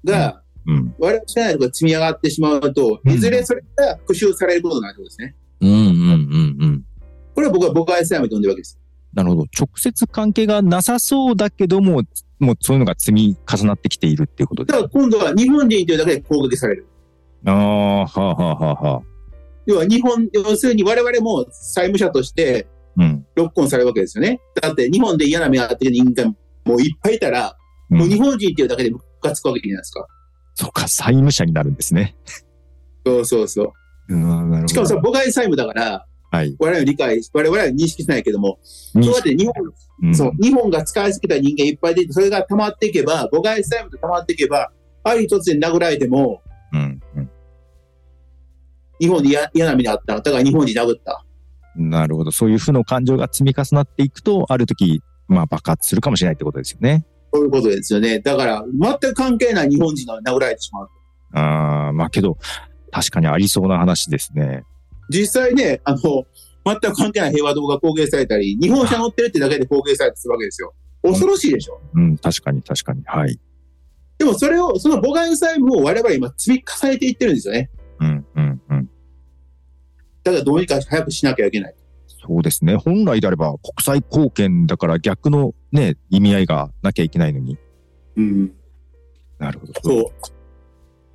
が、
うん。
我々世代とか積み上がってしまうと、
うん
いずれそれが復讐されることになるってことですね。
うんうんうんうん。
これは僕は母外債務と呼んでるわけです。
なるほど。直接関係がなさそうだけども、もうそういうのが積み重なってきているっていうことで
だ
す
から今度は日本人というだけで攻撃される。
ああ、はあはあはあはあ。
要は日本、要するに我々も債務者として
うん。
ロックオンされるわけですよね。だって日本で嫌な目に遭ってる人間がもういっぱいいたら、
うん
もう日本人っていうだけでムカつくわけじゃないですか。
そうか、債務者になるんですね。
そうそうそう。
うん、なる
しかもそれ母外債務だから、
はい。
我々の理解、我々は認識しないけども、そうやって日本、
ん
そう、日本が使いすぎた人間いっぱい出て、それが溜まっていけば、母外債務が溜まっていけば、ある日突然殴られても、
うん。うん
日本に嫌嫌な目にあった。だから日本に殴った。
なるほど。そういう負の感情が積み重なっていくと、ある時、まあ爆発するかもしれないってことですよね。
そういうことですよね。だから、全く関係ない日本人が殴られてしまう。
ああ、まあけど、確かにありそうな話ですね。
実際ね、あの、全く関係ない平和動画攻撃されたり、日本車乗ってるってだけで攻撃されたりするわけですよ。恐ろしいでしょ。
うん、確かに確かに。はい。
でもそれを、その母外債務を我々今積み重ねていってるんですよね。
うんうんうん。
だからどうにか早くしなきゃいけない。
そうですね。本来であれば国際貢献だから逆のね、意味合いがなきゃいけないのに。
うん。
なるほど。
そう。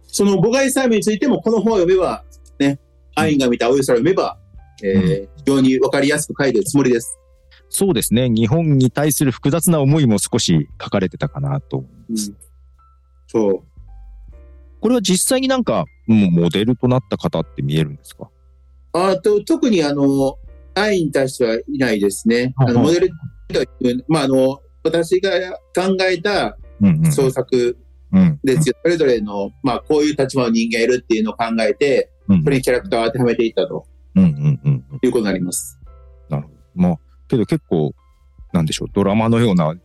その母外債務についても、この本を読めば、ね、アインが見た青い空を読めば、えー非常にわかりやすく書いてるつもりです。
そうですね。日本に対する複雑な思いも少し書かれてたかなと。
うん。そう。
これは実際になんか、もうモデルとなった方って見えるんですか
あと特にあの、アインに対してはいないですね。
はい
あ
は
の
い
モデルという、まあ、あの私が考えた
うんうん。
創作
うん。
ですよ。それぞれの、まあ、こういう立場の人間がいるっていうのを考えて、
うん。
それにキャラクターを当てはめていったと
うんうんうんうん。
いうことになります。
まあ、けど結構、なんでしょう、ドラマのような、ん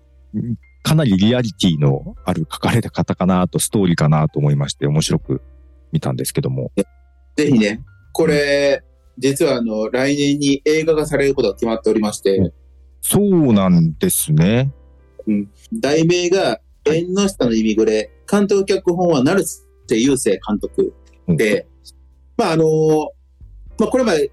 かなりリアリティのある書かれた方かなと、ストーリーかなと思いまして、面白く見たんですけども。
ぜひね、これ、実はあの、来年に映画化されることが決まっておりまして、
そうなんですね。
題名が縁の下の意味ぐれ、監督脚本は成瀬雄生監督で、まああのまあこれまで、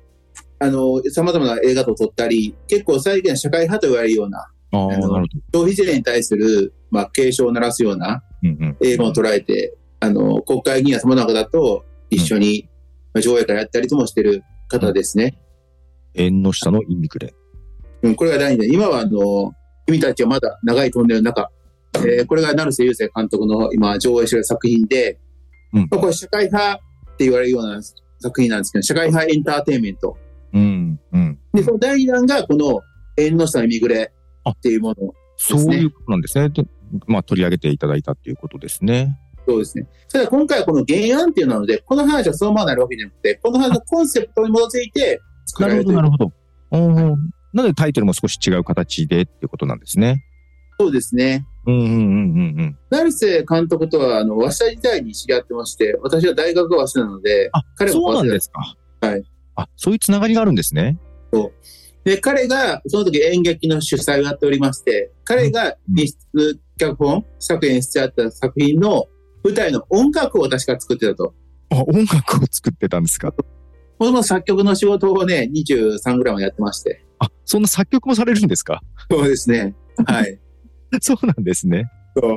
あの様々な映画と撮ったり、結構最近は社会派と言われるような、
ああ、な
あの
るほど。
消費事例に対する、まあ、警鐘を鳴らすような
うんうん。
映画を捉えて、あの国会議員や様々な方と一緒にまあ上映会やったりともしてる方ですね。
縁の下のイミグレ。
うん、これが第二弾。今は、あの、君たちはまだ長いトンネルの中。えーこれが成瀬雄生監督の今上映している作品で、
うん
まあこれ社会派って言われるような作品なんですけど、社会派エンターテインメント。
うんうん。
で、その第二弾がこの縁の下のミグレっていうもの。
そういうことなんですね。でまあ、取り上げていただいたっていうことですね。
そうですね。ただ今回はこの原案っていうのなので、この話はそのままになるわけじゃなくて、この話のコンセプトに基づいて作
な
られ
る
る
ほ
と
ど、
い
な
う。
るほど。うんうんなのでタイトルも少し違う形でっていうことなんですね。
そうですね。
うんうんうんうんうん。
成瀬監督とは、あの、早稲田時代に知り合ってまして、私は大学が早稲田なので、
あ、
彼も
そうなんですか。
はい。
あ、そういうつながりがあるんですね。
で、彼が、その時演劇の主催をやっておりまして、彼が演出、脚本、作演出やった作品の舞台の音楽を確か作ってたと。
あ、音楽を作ってたんですか
もともと作曲の仕事をね、23ぐらいもやってまして。
あ、そんな作曲もされるんですか
そうですね。はい。
そうなんですね。
そう。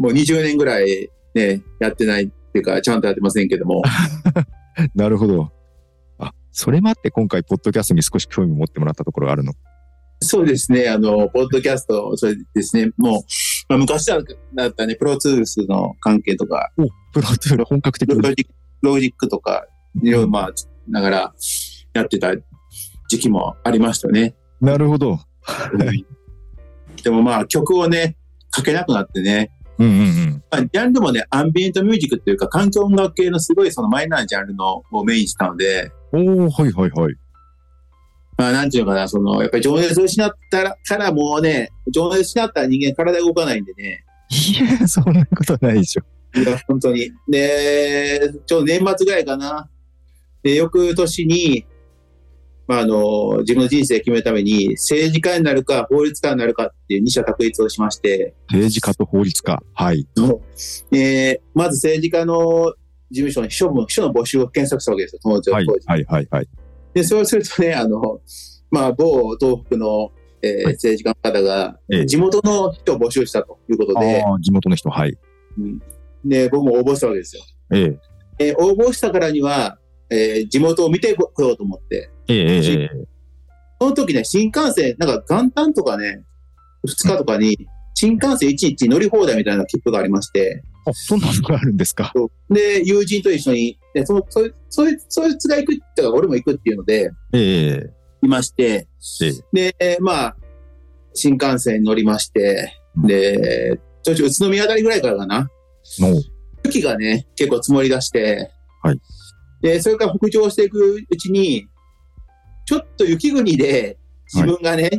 もう20年ぐらいね、やってないっていうか、ちゃんとやってませんけども。
なるほど。あ、それもあって今回、ポッドキャストに少し興味を持ってもらったところがあるの。
そうですね。あの、ポッドキャスト、それですね。もう、まあ、昔だったね、プロツールスの関係とか、
お、プロトゥール本格的
ロ
に。
ジックロジックとか、いろいろまあ、ながらやってた時期もありましたね。
なるほど。
でもまあ、曲をね、書けなくなってね、
うんうんうん。
まあ、ジャンルもね、アンビエントミュージックっていうか、環境音楽系のすごいそのマイナーなジャンルのをメインにしたので、
おー、はいはいはい。
まあ、なんていうのかな、その、やっぱり情熱を失ったら、からもうね、情熱を失ったら人間体動かないんでね、
いや、そんなことないでしょ。
いや、本当に。で、ちょうど年末ぐらいかな。で、翌年に、まあ、あの、自分の人生を決めるために、政治家になるか、法律家になるかっていう二者択一をしまして、
政治家と法律家。はい。
えーまず政治家の事務所の秘書も、秘書の募集を検索したわけですよ、当時
はい
当時
はいはいはい。
で、そうするとね、あの、まあ、某東北の、えー
はい
政治家の方が
ええ、
地元の人を募集したということ
あ
で、
あー、地元の人、はい。
で、僕も応募したわけですよ。
ええ。
えー応募したからには、えー地元を見てこようと思って、
ええええええ
その時ね、新幹線、なんか元旦とかね、2日とかに、新幹線1日乗り放題みたいな切符がありまして、
あ、そんなのがあるんですか。
で、友人と一緒に、でそのそいそいそいつが行くってか、俺も行くっていうので、
えええ
いまして、
ええ
で、えーまあ、新幹線に乗りまして、
うん
で、途中、宇都宮あたりぐらいからかな、
の、
雪がね、結構積もり出して、
はい
で、それから北上していくうちに、ちょっと雪国で自分がね、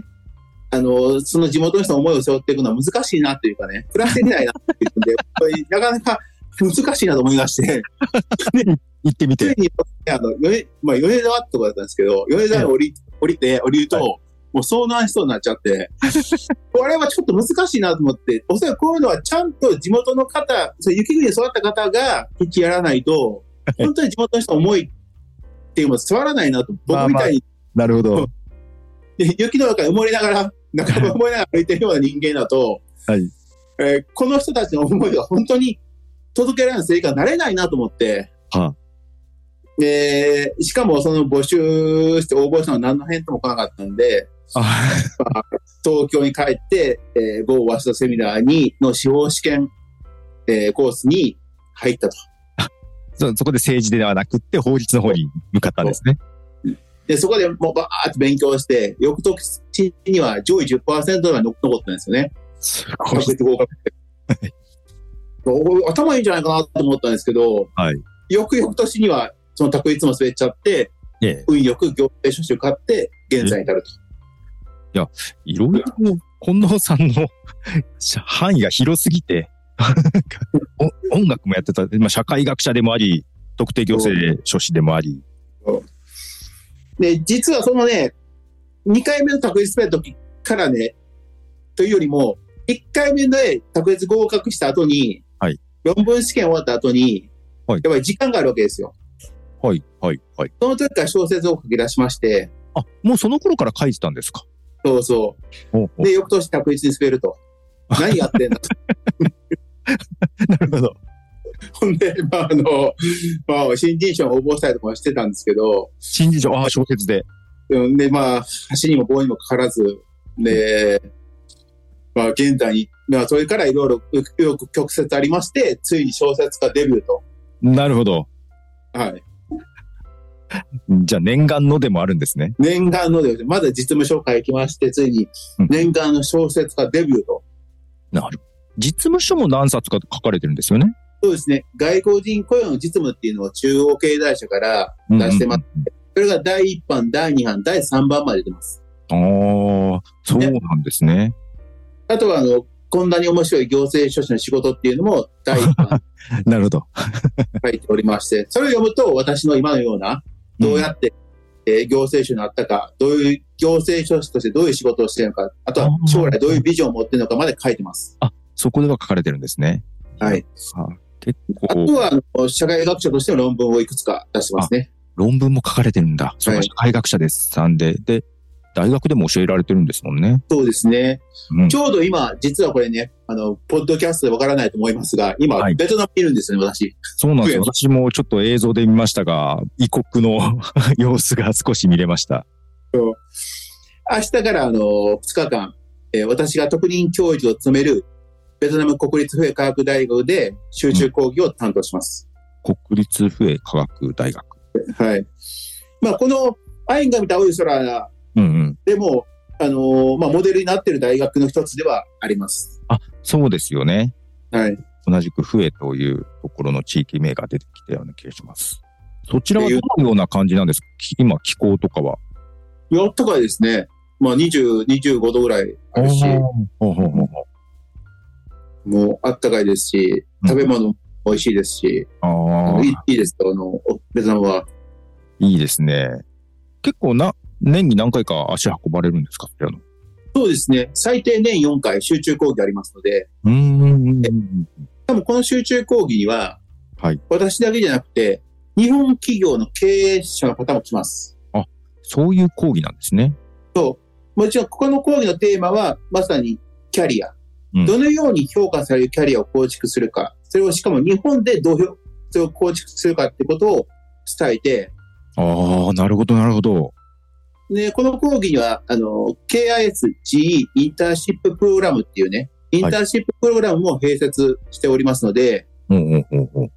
あの、その地元の人の思いを背負っていくのは難しいなというかね、暮らしてみないなっていうので、これなかなか難しいなと思いまして、
行ってみ
つい
て。
に、あの、米まあ、米沢ってとこだったんですけど、米沢に降り,、降りて、降りると、もう遭難しそうになっちゃって、これはちょっと難しいなと思って、おそらくこういうのはちゃんと地元の方、その雪国で育った方が一致やらないと、本当に地元の人の思いっていうのは伝わらないなと、
まあ
僕みたいに、
なるほど。
で雪の中に埋もれながら、仲間埋もれながら歩いてるような人間だと、
はい
えーこの人たちの思いが本当に届けられない成果になれないなと思って、
は
で、しかもその募集して応募したの何の返答も来なかったんで、
あ
東京に帰って、えー、某早稲田セミナーにの司法試験、えーコースに入ったと。
そそこで政治ではなくって法律の方に向かったんですね。
で、そこでもうバーッと勉強して、翌年には上位10%が残残ったんですよね。
す
確率合格でお頭いいんじゃないかなと思ったんですけど、
はい
翌々年にはその択率も滑っちゃって、
ええ
運よく行政書士を買って、現在に至ると。
いろいろ、近藤さんの 範囲が広すぎ て、お音楽もやってた、まあ、社会学者でもあり、特定行政書士でもあり、
で、実はそのね、2回目の卓越ペアの時からね、というよりも、1回目で卓越合格した後に、
はい
論文試験終わった後に、
はい
やっぱり時間があるわけですよ。
はい、はい、はい。
その時から小説を書き出しまして、
あ、もうその頃から書いてたんですか。
そうそ
ほうほ
う。で、翌年卓越に滑ると。何やってんだと。
うなるほど。
ほんで、まあ、あの、まあ、新人賞を応募したりとかはしてたんですけど、
新人賞、ああ、小説で。
うんで、まあ、橋にも棒にもかからず、で、まあ、現在に、まあ、それからいろいろ、よく曲折ありまして、ついに小説家デビューと。
なるほど。
はい。
じゃあ念願のでもあるんですね。
念願のデビューまず実務紹介行きまして、ついに
うん
念願の小説家デビューと。
なる実務書も何冊か書かれてるんですよね。
そうですね。外国人雇用の実務っていうのを中央経済社から
出
出してます。それが第1版、第2版、第3版まで出てます。
ああ、そうなんですね。
あとは、あの、こんなに面白い行政書士の仕事っていうのも第1版
なるほど。
書いており まして、それを読むと、私の今のような、どうやって、えー行政書になったか、どういう行政書士としてどういう仕事をしているのか、あとは
あー
将来どういうビジョンを持っているのかまで書いてます。
そこでは書かれてるんですね。
はい。
結
あ
構
と、は、あの社会学者としての論文をいくつか出してますね。
論文も書かれてるんだ。それが社会学者です。さんで。で、大学でも教えられてるんですもんね。
そうですね。
うん
ちょうど今、実はこれね、あの、ポッドキャストでわからないと思いますが、今、
はい
ベトナムにいるんですよね、私。
そうなんですよ。
増
私もちょっと映像で見ましたが、異国の様子が少し見れました。
明日から、あの、2日間、えー私が特任教授を務める、ベトナム国立笛科学大学で集中講義を担当します。
国立笛科学大学。
はい。まあ、この、アインが見た青い空
うんうん。
でも、あのーまあ、モデルになっている大学の一つではあります。
そうですよね。
はい。
同じく笛というところの地域名が出てきたような気がします。そちらはどのような感じなんですかき今、気候とかは。
やっとかですね、まあ、20、25度ぐらいあるし、
ほうほうほうほう
もうあったかいですし、食べ物も美味しいですし、
ああ
いいいいですよ、あの、おベトナムは。
いいですね。結構な、年に何回か足運ばれるんですかっていうの。
そうですね、最低年4回集中講義ありますので、
うーん。
多分この集中講義には、
はい
私だけじゃなくて、日本企業の経営者の方も来ます。
そういう講義なんですね。
もちろん、ここの講義のテーマは、まさにキャリア。
うん
どのように評価されるキャリアを構築するか、それをしかも日本でどう評それを構築するかってことを伝えて、
ああ、なるほど、なるほど。
でこの講義には、あの、KISGE インターンシッププログラムっていうね、インターンシッププログラムも併設しておりますので、
うんうんうんうん。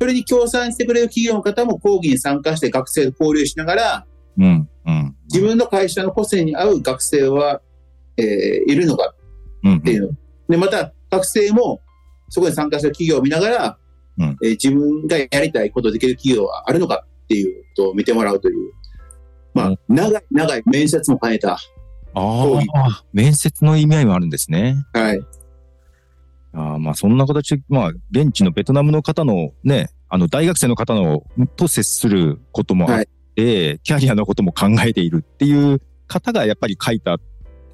それに協賛してくれる企業の方も講義に参加して学生と交流しながら、
うんうん。
自分の会社の個性に合う学生は、えーいるのか
分っ
っていうの。で、また学生もそこに参加した企業を見ながら、
うん
えー自分がやりたいことできる企業はあるのかっていうことを見てもらうという、まあ、
う
長い長い面接も兼ねた、
ああ、面接の意味合いもあるんですね。
はい、
ああまあそんな形で、まあ、現地のベトナムの方のね、あの大学生の方のと接することもあって、キャリアのことも考えているっていう方がやっぱり書いた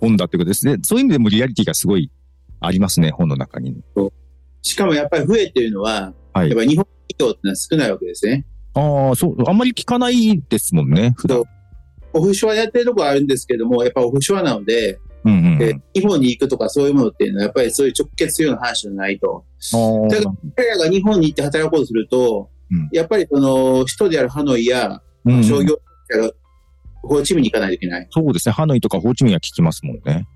本だということですね。そういう意味でもリアリティがすごいありますね、本の中に。
しかもやっぱり増えてるのは、
はい
やっぱり日本企業ってのは少ないわけですね。
ああ、そう、あんまり聞かないですもんね、普段。
オフショアやってるとこはあるんですけども、やっぱオフショアなので、
うんうんう
え
ん。
日本に行くとかそういうものっていうのは、やっぱりそういう直結するような話じゃないと。
あ
だ
ー
から彼らが日本に行って働こうとすると、
うん
やっぱりその、人であるハノイや
うん
商業者がホーチミンに行かないといけない。
そうですね、ハノイとかホーチミンは聞きますもんね。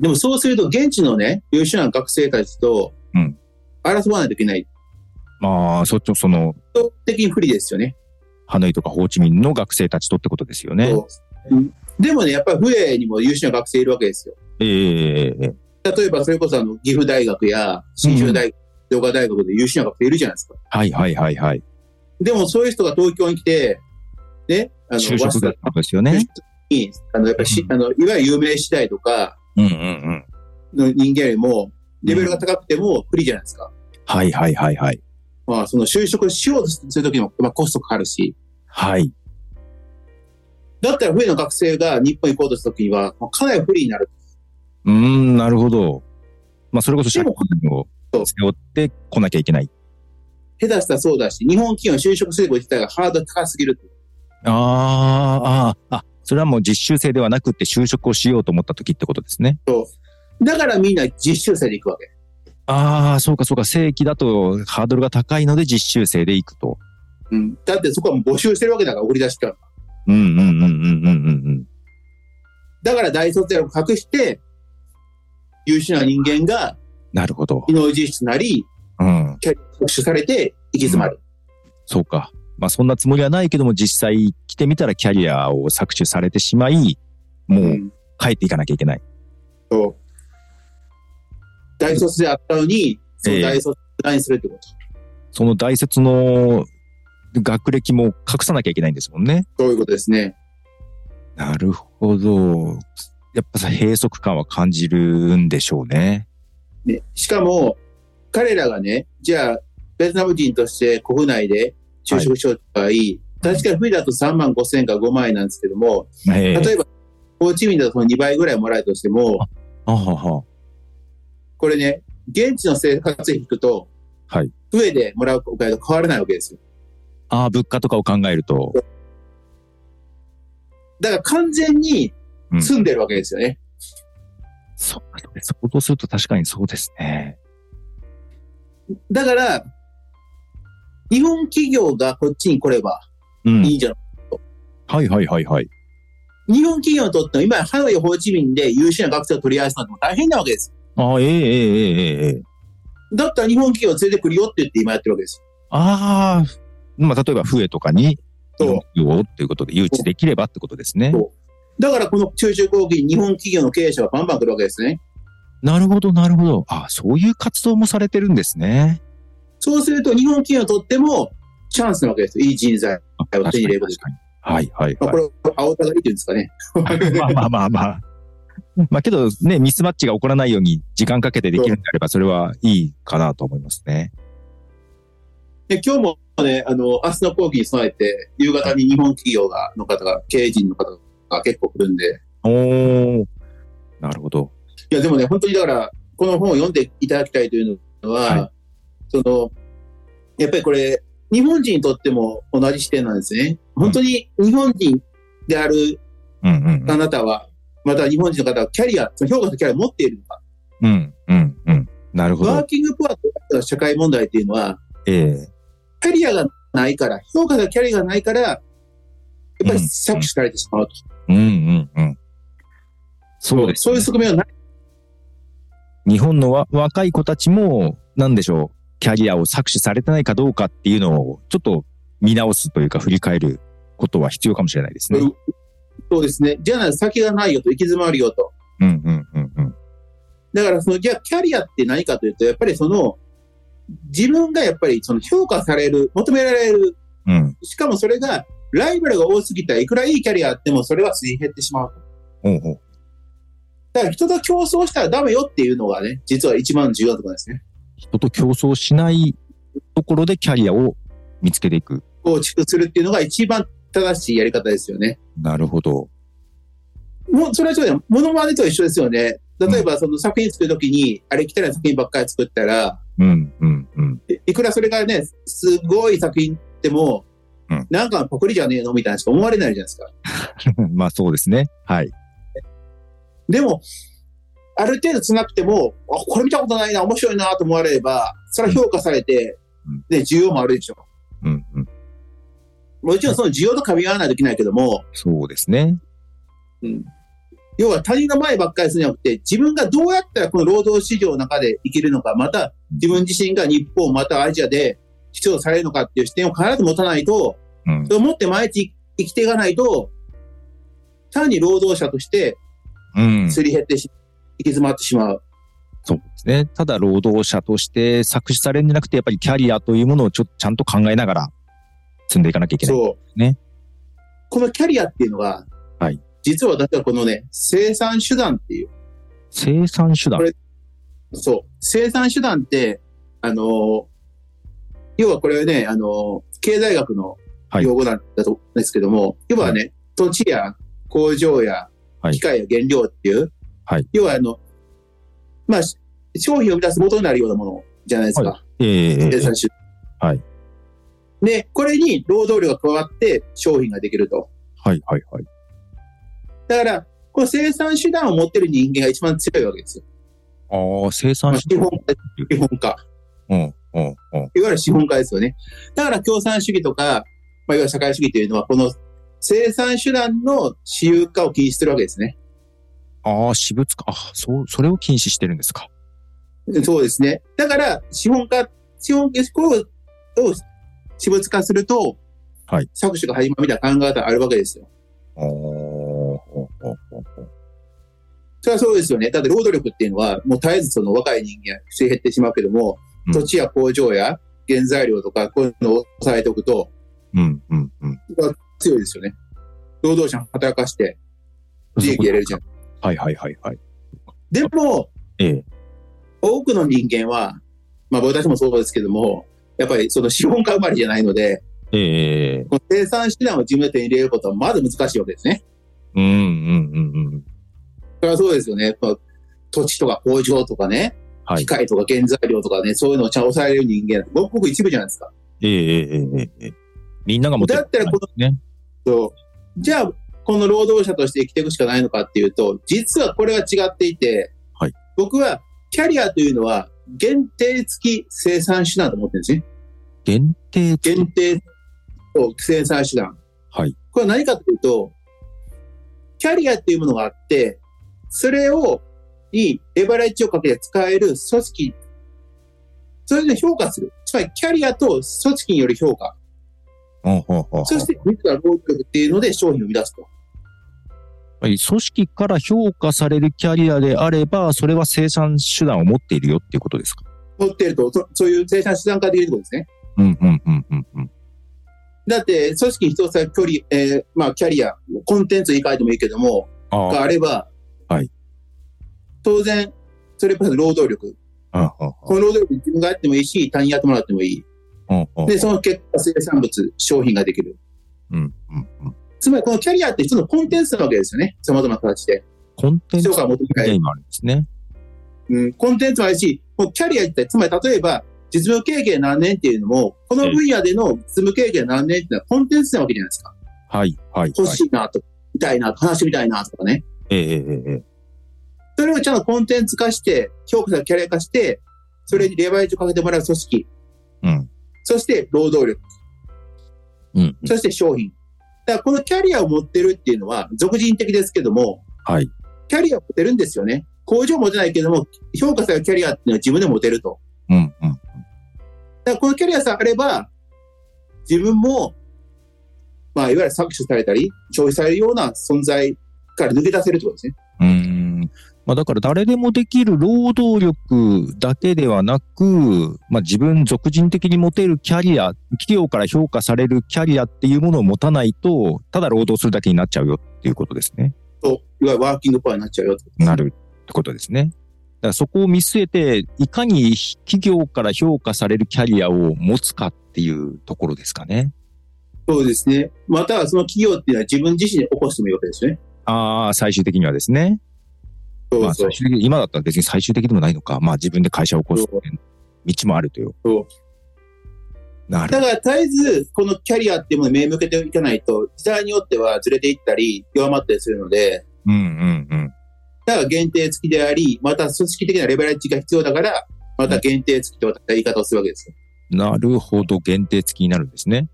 でもそうすると、現地のね、優秀な学生たちと
うん、
争わないといけない。
まあ、そっちのその、
圧倒的に不利ですよね。
ハノイとかホーチミンの学生たちとってことですよね。
そううんでもね、やっぱりフレにも優秀な学生いるわけですよ。
ええ
例えば、それこそあの岐阜大学や信州大学、動画大学で優秀な学生いるじゃないですか。
はいはいはいはい。
でも、そういう人が東京に来て、ね、あの、
就職だ
早
っ
稲
てことですよね。
田に、あの、やっぱりし、
うん
あの、いわゆる有名次第とか
うんうんうん。
の人間よりも、レベルが高くても不利じゃないですか。
はいはいはいはい。
まあ、その就職しようとするときも、まあ、コストかかるし。
はい。
だったら、フレの学生が日本に行こうとしたときには、まあかなり不利になる。
うーん、なるほど。まあ、それこそ借金を
でも
背負ってこなきゃいけない。
下手したらそうだし、日本企業に就職すること自体がハードル高すぎる。
あーあー、あ、それはもう実習生ではなくて就職をしようと思った時ってことですね。
だからみんな実習生で行くわけ。
ああ、そうかそうか。正規だとハードルが高いので実習生で行くと。
うん、だってそこはもう募集してるわけだから、送り出しから。
うんうんうんうんうんうん
だから大卒やを隠して、優秀な人間が
うん。なるほど
技。能実質なり、
うん。
キャリア特殊されて行き詰まる。
そうか。まあそんなつもりはないけども実際来てみたらキャリアを搾取されてしまい、もう
うん
帰っていかなきゃいけない。
そう大卒であったのに、その大卒を何にするってこと。
その大卒の学歴も隠さなきゃいけないんですもんね。
そういうことですね。
なるほど。やっぱさ、閉塞感は感じるんでしょうね。
ねしかも、彼らがね、じゃあ、ベトナム人として国内で就職しようって場合、確かに不利だと3万5千円か5万円なんですけども、
ええ
例えば、ホーチミンだとその2倍ぐらいもらえるとしても、
あはは。
これね、現地の生活費引くと、
はい。
上でもらうお金と変わらないわけですよ。
ああ、物価とかを考えると。
だから完全に
うん
住んでるわけですよね。
そうかそうとすると確かにそうですね。
だから、日本企業がこっちに来れば
う
い
ん。
いんじゃない、
はいはいはいはい。
日本企業にとっても今、ハノイ、ホーチミンで優秀な学生を取り合わせたのも大変なわけです。
ああ、ええええええええ。
だったら日本企業を連れてくるよって言って今やってるわけです。
ああ、まあ例えば笛とかに、
そう
をっていうことで誘致できればってことですね
そ。うだからこの中中後期に日本企業の経営者がバンバン来るわけですね。
なるほど、なるほど。ああ、そういう活動もされてるんですね。
そうすると日本企業にとってもチャンスなわけですよ。いい人材
あ
手に入れること
確かにはいはい
ま
は
あ、これ、青田がいいっていうんですかね。
い。まあまあまあまあ。まあけどね、ミスマッチが起こらないように時間かけてできるんであれば、それはいいかなと思いますね。
で、今日もね、あの、明日の講義に備えて、夕方に日本企業が、の方が、経営陣の方が結構来るんで、
おー。なるほど。
いや、でもね、本当にだから、この本を読んでいただきたいというのは、
は
その、やっぱりこれ、日本人にとっても同じ視点なんですね。本当に日本人である
うんうん
あなたは、または日本人の方はキャリア、その評価のキャリアを持っているのか、
うん。うんうんうん。なるほ
ワー
ど。
キングプアという社会問題っていうのは、
ええ
キャリアがないから、評価のキャリアがないから、やっぱり搾取されてしまうと。
うんうんうん。そうです、
そういう側面はない。
日本のわ若い子たちも、なんでしょう、キャリアを搾取されてないかどうかっていうのを、ちょっと見直すというか、振り返ることは必要かもしれないですね。うん
そうですね。じゃあ、先がないよと、行き詰まるよと。
うんうんうん。
だから、その、じゃあ、キャリアって何かというと、やっぱりその、自分がやっぱりその評価される、求められる、
うん。
しかもそれが、ライバルが多すぎたらいくらいいキャリアあっても、それはすり減ってしまう。
おうおう
だから、人と競争したらダメよっていうのがね、実は一番重要なところですね。
人と競争しないところでキャリアを見つけていく。
構築するっていうのが一番正しいやり方ですよね。
なるほど。
もうそれはそうだよ。モノマネとは一緒ですよね。例えば、その作品作るときに、あれ来たら作品ばっかり作ったら、
うん、うん、うん。
いいくらそれがね、すごい作品でも、
うん
なんかパクリじゃねえのみたいなしか思われないじゃないですか。
まあそうですね。はい。
でも、ある程度つなくても、あ、これ見たことないな、面白いなと思われれば、それは評価されて
うん、
ね、需要もあるでしょ。
うん、うん。
もちろんその需要と噛み合わないといけないけども、
そうですね。
うん要は他人の前ばっかりするんじゃなくて、自分がどうやったらこの労働市場の中で生きるのか、また自分自身が日本、またアジアで必要されるのかっていう視点を必ず持たないと、
うん
そ。れを持って毎日生きていかないと、単に労働者として
うん。
すり減ってし、行き詰まってしまう。
そうですね。ただ労働者として搾取されるんじゃなくて、やっぱりキャリアというものをちょっとちゃんと考えながら積んでいかなきゃいけない。
そう。
ね
このキャリアっていうのは、
はい
実は私はこのね、生産手段っていう、
生産手段
こ。れそう、生産手段って、あのー要はこれはね、あのー経済学の
はい
用語なんだと思うんですけども、要はね、土地や工場や
はい
機械や原料っていう、
はい
要はあの、まあ、し商品を生み出す元になるようなものじゃないですか。
ええ
生産手段。
はい
で、これに労働量が加わって商品ができると。
はいはいはい。
だから、この生産手段を持ってる人間が一番強いわけですよ。
ああ、生
ま
産
あ
手
資
段
本。家、資本家。
うん、うん、うん。
いわゆる資本家ですよね。だから共産主義とか、まあ、いわゆる社会主義というのは、この生産手段の私有化を禁止するわけですね。
ああ、私物化。あ、そう、それを禁止してるんですか。
そうですね。だから、資本家、資本家をを私物化すると、
はい
搾取が始まるみたいな考え方があるわけですよ。
ああ、おお
それはそうですよね。だって労働力っていうのは、もう絶えずその若い人間は不正減ってしまうけども、
うん
土地や工場や原材料とか、こういうのを抑えておくと、
うん、うん、うん。
強いですよね。労働者を働かして利益得れるじゃん。
はいはいはいはい。
でも、
ええ。
多くの人間は、まあ私もそうですけども、やっぱりその資本家生まれじゃないので、
ええ。
この生産手段を自分で手に入れることはまず難しいわけですね。
うん、うん、うん、うん。
それはそうですよね。やっぱ土地とか工場とかね、
はい
機械とか原材料とかね、そういうのをちゃんと抑えれる人間なんてごくごく一部じゃないですか。
ええ、ええ、ええ。みんなが持って
だったらこ
の、ね。
そうじゃあ、この労働者として生きていくしかないのかっていうと、実はこれは違っていて、
はい
僕はキャリアというのは限定付き生産手段と思ってるんですね。
限定付
限定と生産手段。
はい
これは何かというと、キャリアっていうものがあって、それを、にレバレッジをかけて使える組織、それで評価する。つまり、キャリアと組織による評価。
うん、うん、うん。
そして、自ら労働力っていうので商品を生み出すと。
はい、組織から評価されるキャリアであれば、それは生産手段を持っているよっていうことですか。
持ってると、そそういう生産手段化できるってことですね。
うん、うん、うん、うん、うん。
だって、組織に一つは距離、えーまあ、キャリア、コンテンツに変えてもいいけども、
あ
があれば、
はい
当然、それプラス労働力。
あ、あ
この労働力自分がやってもいいし、他人にやってもらってもいい。
あ、あ
で、その結果、生産物、商品ができる。
うん、うん、うん。
つまり、このキャリアって一つのコンテンツなわけですよね。様々な形で。
コンテンツ
評価を求めら
で
れる。
今あるんですね。
うん、コンテンツもあるし、もうキャリアって、つまり、例えば、実務経験何年っていうのも、この分野での実務経験何年っていうのはコンテンツなわけじゃないですか。
はい、はい、
欲
はい。
しいなと、見たいなと、話してみたいなとかね。
ええええええ
それをちゃんとコンテンツ化して、評価されキャリア化して、それにレバレッジをかけてもらう組織、
うん、
そして労働力、
うん。
そして商品。だからこのキャリアを持ってるっていうのは、俗人的ですけども、
はい。
キャリアを持てるんですよね。工場持てないけども、評価されるキャリアっていうのは自分で持てると。
うん、うん。
だからこのキャリアさえあれば、自分も、まあ、いわゆる搾取されたり、消費されるような存在から抜け出せるってことですね。
うーん。まあだから誰でもできる労働力だけではなく、まあ自分俗人的に持てるキャリア、企業から評価されるキャリアっていうものを持たないと、ただ労働するだけになっちゃうよっていうことですね。
と、いわゆるワーキングパワーになっちゃうよってことですね
なるってことですね。だからそこを見据えて、いかに企業から評価されるキャリアを持つかっていうところですかね。
そうですね。またはその企業っていうのは自分自身に起こしてもいいわけですよね。
ああ、最終的にはですね。
そ
ま
う
あ、
そう
最終的に、今だったら別に最終的でもないのか。まあ、自分で会社を起こすっていう道もあるという。
そう
なる
だ
ほど。
から、絶えず、このキャリアっていうものに目向けていかないと、時代によってはずれていったり、弱まったりするので、
うんうんうん。
だから限定付きであり、また組織的なレベレッジが必要だから、また限定付きとまた言い方をするわけですよ。
なるほど、限定付きになるんですね。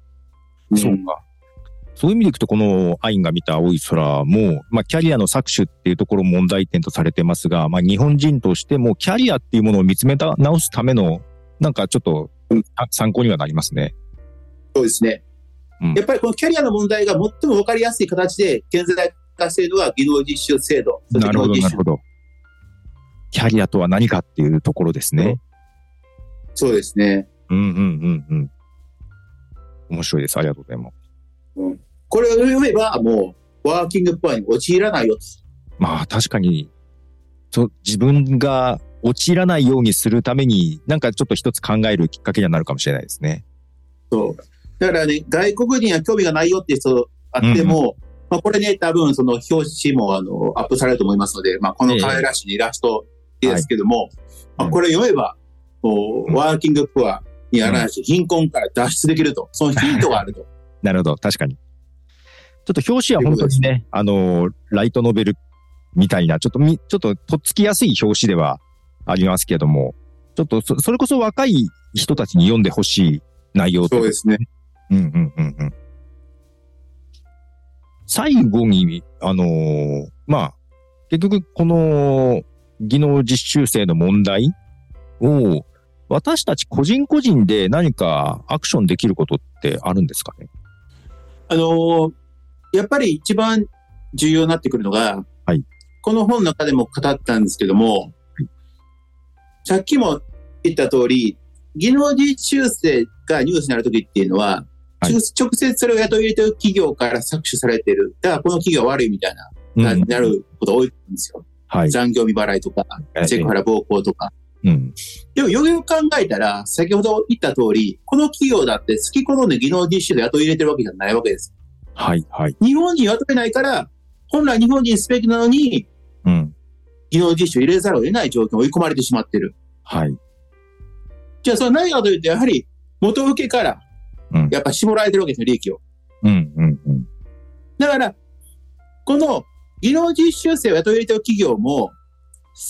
そう
か。
そういう意味でいくと、このアインが見た青い空も、まあ、キャリアの搾取っていうところを問題点とされてますが、まあ、日本人としても、キャリアっていうものを見つめた直すための、なんかちょっと、あ参考にはなりますね。
そうですね。
うん
やっぱりこのキャリアの問題が最も分かりやすい形で、顕在化しているのが技能実習制度。そして
な
技
るほ
能
ど、
実
な
習
るほど。キャリアとは何かっていうところですね。
そうですね。
うんうんうんうん。面白いです。ありがとうございます。
これを読めば、もう、ワーキングポアに陥らないよと。
まあ確かに、そう自分が陥らないようにするために、なんかちょっと一つ考えるきっかけにはなるかもしれないですね。
そう。だからね、外国人は興味がないよって人あっても、まあ、これね、多分その表紙もあのアップされると思いますので、まあ、この可愛らしいイラストですけども、
はい
まあ、これ読めば、もう
うん
ワーキングプアにあらし、貧困から脱出できると。そのヒントがあると。
なるほど、確かに。ちょっと表紙は本当にね、あのー、ライトノベルみたいな、ちょっとみ、ちょっととっつきやすい表紙ではありますけども、ちょっとそそれこそ若い人たちに読んでほしい内容というか
すね。
うんうんうんうん。最後に、あのーまあ、結局この技能実習生の問題を私たち個人個人で何かアクションできることってあるんですかね
あのーやっぱり一番重要になってくるのが、
はい
この本の中でも語ったんですけども、さっきも言った通り、技能実習生が入試になるときっていうのは、
はい
直直接それを雇い入れてる企業から搾取されてる。だからこの企業は悪いみたいな、な
うん
なることが多いんですよ。
はい。
残業未払いとか、セクハラ暴行とか。
うん。
でもよくよく考えたら、先ほど言った通り、この企業だって好き好んで技能実習で雇い入れてるわけじゃないわけです。
はい、はい。
日本人雇えないから、本来日本人すべきなのに、
うん。
技能実習を入れざるを得ない状況に追い込まれてしまってる。
はい。
じゃあ、それは何かというと、やはり元請けから
うん、
やっぱ絞られてるわけですよ、利益を。
うん、うん、うん。
だから、この技能実習生を雇い入れてる企業も、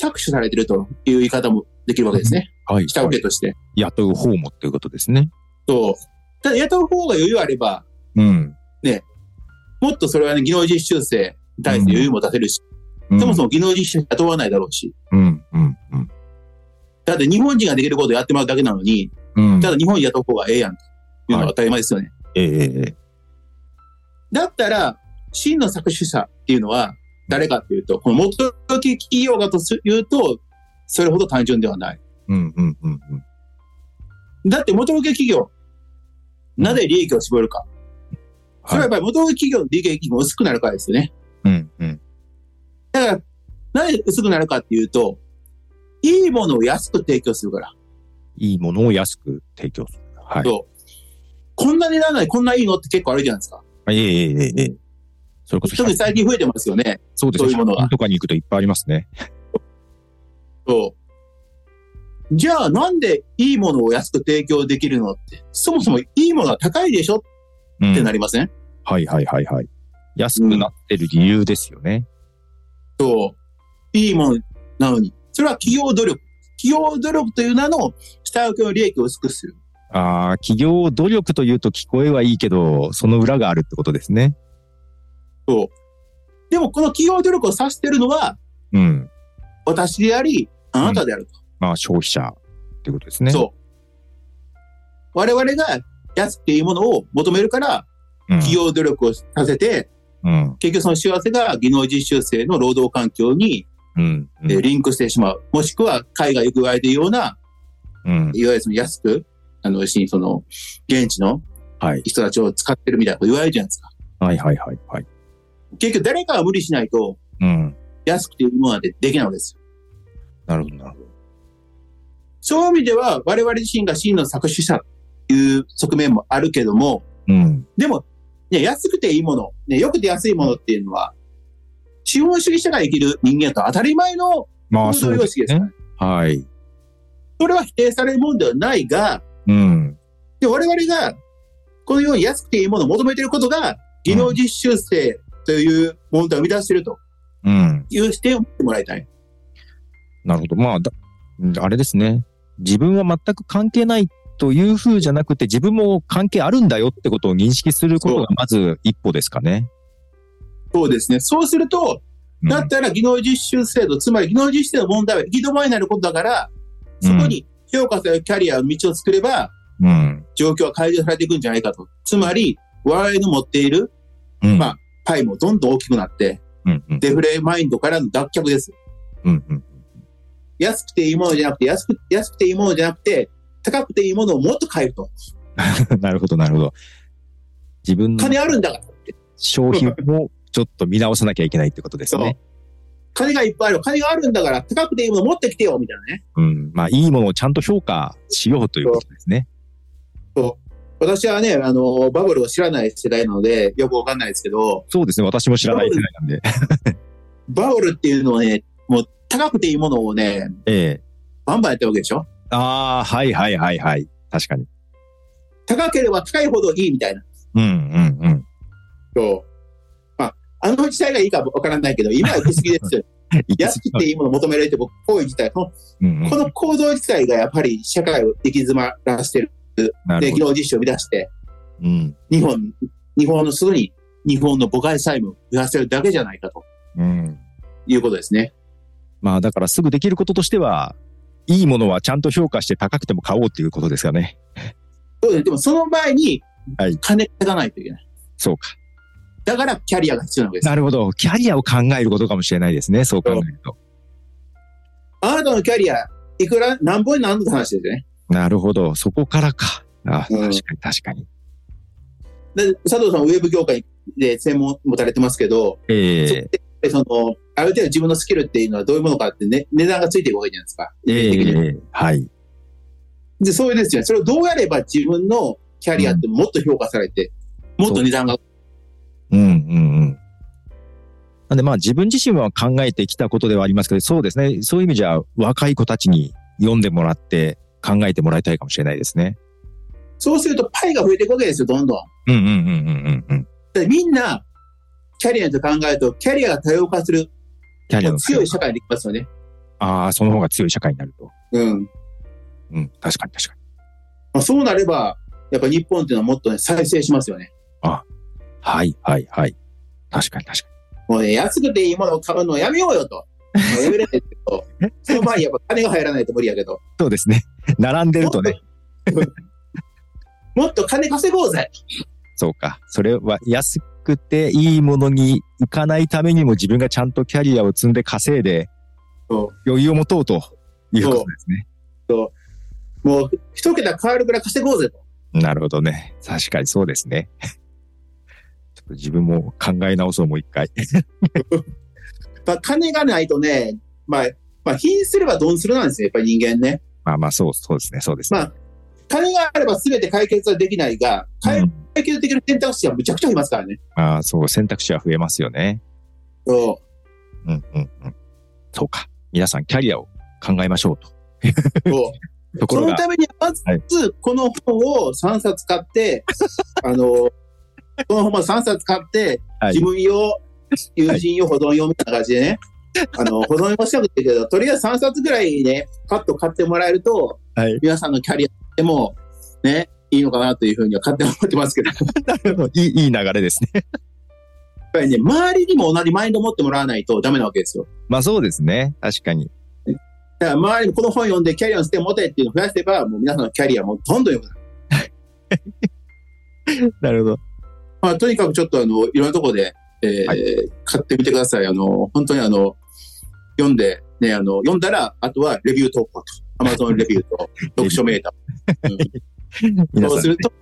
搾取されてるという言い方もできるわけですね。
はい。
下請けとして。
雇う方もということですね。
そう。ただ、雇う方が余裕あれば、
うん。
もっとそれはね、技能実習生に対して余裕も出せるし、そも
も。
そも技能実習生雇わないだろうし。
うん、うん、うん。
だって日本人ができることをやってもらうだけなのに、
うん。
ただ日本やった方がええやんというのは当たり前ですよね。
ええ
だったら、真の作取者っていうのは誰かっていうと、この元々企業がというと、それほど単純ではない。
うん、うん、うん、うん。
だって元請け企業、なぜ利益を絞るか。それはやっぱり元請け企業の利益も薄くなるからですよね。
うん、うん。
だから、なぜ薄くなるかっていうと、いいものを安く提供するから。
いいものを安く提供する。はい。
そうこんな値段なのにこんないいのって結構あるじゃないですか。
ええええええ。それこそ
特に最近増えてますよね。
そうです
そういうものが
100とかに行くといっぱいありますね。
そう。じゃあなんでいいものを安く提供できるのって、そもそもいいものは高いでしょ
うん
ってなりません、
はいはいはいはい。安くなってる理由ですよね。
そう。いいものなのに。それは企業努力。企業努力という名の下請けの利益を薄くする。
ああ、企業努力というと聞こえはいいけど、その裏があるってことですね。
そう。でもこの企業努力を指してるのは
うん。
私であり、あなたであると。
まあ消費者ってことですね。
そう。我々が安くていいものを求めるから、
うん。
企業努力をさせて、
うん。
結局その幸せが技能実習生の労働環境に
うん。
えーリンクしてしまう。もしくは、海外行く相手ような、
うん。
いわゆるその安く、あの、その、現地の
はい。
人たちを使ってるみたいなこと言われるじゃないですか。
はいはいはいはい。
結局、誰かが無理しないと、
うん。
安くていうものなんてできないわけですよ。
なるほどなるほど。
そういう意味では、我々自身が真の作詞者という側面もあるけども、
うん。
でも、ね、安くていいもの、ね、良くて安いものっていうのは、資本主義社会生きる人間と当たり前の
まあ、
行
そ
動
う
様
です
式です
ね
から。。
はい。
それは否定されるものではないが、
うん。
で我々がこのように安くていいものを求めていることが、技能実習生という問題を生み出していると
うん。
いう視点を持ってもらいたい。
なるほど。まあ、だあれですね。自分は全く関係ないというふうじゃなくて、自分も関係あるんだよってことを認識することが
そ
まず一歩ですかね。
そうですね。そうすると、
うん
だったら技能実習制度、つまり技能実習制度の問題は行き止まりになることだから、そこに評価されるキャリアの道を作れば、
うん。
状況は改善されていくんじゃないかと。つまり、我々の持っている
うん。
まあパイもどんどん大きくなって、
うん。うん。
デフレマインドからの脱却です。
うん。うん。
安くていいものじゃなくて、安く安くていいものじゃなくて、高くていいものをもっと買えると。
なるほど、なるほど。自分の
金あるんだからって。
商品をちょっと見直さなきゃいけないってことです
そう
ね。
金がいっぱいある。金があるんだから、高くていいもの持ってきてよ、みたいなね。
うん。まあ、いいものをちゃんと評価しようということですね。
私はね、あの、バブルを知らない世代なので、よくわかんないですけど、
そうですね。私も知らない世代なんで。
バブルっていうのはね、もう高くていいものをね、
ええ
バンバンやったわけでしょ
ああ、はいはいはいはい。確かに。
高ければ高いほどいいみたいな。
うんうんうん。
そう。まあ、あの時代がいいかわからないけど、今は行き過ぎで すよ。
行き過
安
ぎ
くていいものを求められて、僕、行為自体、こ
うんう
の
ん
この行動自体がやっぱり社会を行き詰まらせてる。
な
で、
る
技
ほど。
能実習を生み出して、
うん。
日本、日本の外に日本の母外債務を増やせるだけじゃないかと
うん。
いうことですね。
まあ、だからすぐできることとしては、いいものはちゃんと評価して高くても買おうっていうことですかね。
そうですでもその前に
はい、
金がかないといけない。
そうか。
だからキャリアが必要なわけです。
なるほど。キャリアを考えることかもしれないですね。そう考えると。
あなたのキャリア、いくら、何本になんのって話ですよね。
なるほど。そこからか。あ
うん
確かに確かに。
で佐藤さん、ウェブ業界で専門持たれてますけど、
え
そ
え
こでその、ある程度自分のスキルっていうのはどういうものかって、ね、値段がついていくわけじゃないですか。
え
一時的に
えはい。
で、そうですよね。それをどうやれば自分のキャリアってもっと評価されて、もっと値段が、
うんうんうん。なんでまあ自分自身は考えてきたことではありますけど、そうですね。そういう意味じゃ若い子たちに読んでもらって考えてもらいたいかもしれないですね。
そうするとパイが増えていくわけですよ、どんどん。
うんうんうんうんうんうん。
でみんな、キャリアと考えると、キャリアが多様化する、
キャリアの
強い社会にできますよね。
ああ、その方が強い社会になると。
うん。
うん、確かに確かに。
まあ、そうなれば、やっぱ日本っていうのはもっとね、再生しますよね。
はいはいはい。確かに確か
もうね、安くていいものを買うのをやめようよと。もうやめれないけ ど、その前にやっぱ金が入らないと無理やけど、
に。そうですね。 並んでるとね。
もっと金稼ごうぜ。
そうか。それは安くていいものに行かないためにも自分がちゃんとキャリアを積んで稼いで
そ
余裕を持とうということですね。
もう、一桁変わるくらい稼ごうぜと。
なるほどね。確かにそうですね。 ちょっと自分も考え直そう、もう一回。
まあ、金がないとね、まあ、まあ、貧すればどんするなんですよ、やっぱり人間ね。
まあまあ、そう、そうですね、そうですね。
まあ金があれば全て解決はできないが、
う
解
ん
決できる選択肢はむちゃくちゃありますからね。
まあ、そう、選択肢は増えますよね。
そう
うんうんうん。そうか。皆さん、キャリアを考えましょう と。
そう
とこ
そ
ろ
の
が、
ためにはまず
はい
この本を3冊買 って、あのこの本を3冊買って、
はい
自分用、友人用、保存用みたいな感じでね、あの保存用しなくていいけど、とりあえず3冊ぐらいね、パッと買ってもらえると、
はい
皆さんのキャリアでもね、いいのかなというふうには勝手に思ってま すけど、やっ
いい、いい流れですね。
ぱりね、周りにも同じマインドを持ってもらわないとダメなわけですよ。
まあ、そうですね。確かに。
だから周りにこの本読んでキャリアの視点を持てっていうのを増やせば、もう皆さんのキャリアもどんどん良くなる
なるほど。
まあ、とにかくちょっとあのいろんなところで、えー
は
買ってみてください。あの本当にあの読んで、ね、あの読んだら、あとはレビュー投稿と、アマゾンレビューと、 読書メーター。
皆さ
そうんす、ると、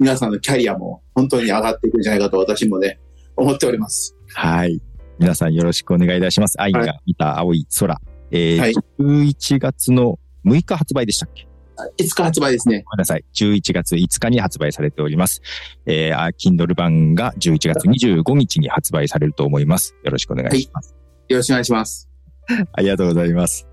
皆さんのキャリアも本当に上がっていくんじゃないかと、私もね、思っております。
はい。皆さんよろしくお願いいたします。愛が見た青い空。えー
はい
11月の6日発売でしたっけ
いつか発売ですね。
ごめんなさい。11月5日に発売されております。えー、あ Kindle 版が11月25日に発売されると思います。よろしくお願いします。
よろしくお願いします。
ありがとうございます。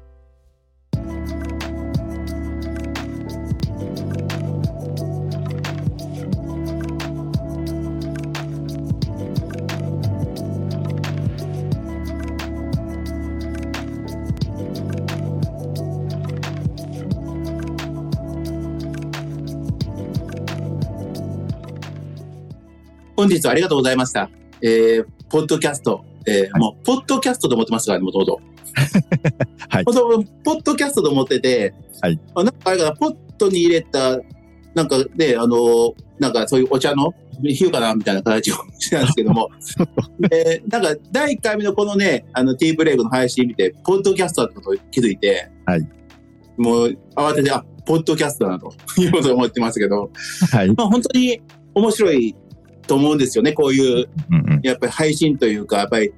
本日はありがとうございました。えー、ポッドキャスト。えーもう、ポッドキャストと思ってますからね、もともと。
はい
もともとポッドキャストと思ってて、
はい
あなんかあれかな、ポットに入れた、なんかね、あの、なんかそういうお茶の、比喩かなみたいな形をしてたんですけ ども。えー、なんか、第1回目のこのね、あの、ティーブレイクの配信見て、ポッドキャストだったことに気づいて、
はい
もう、慌てて、あ、ポッドキャストだなということを思ってますけど、
はい。うん
まあ、本当に面白いと思うんですよね、こういう、
うん。
やっぱり配信というか、やっぱり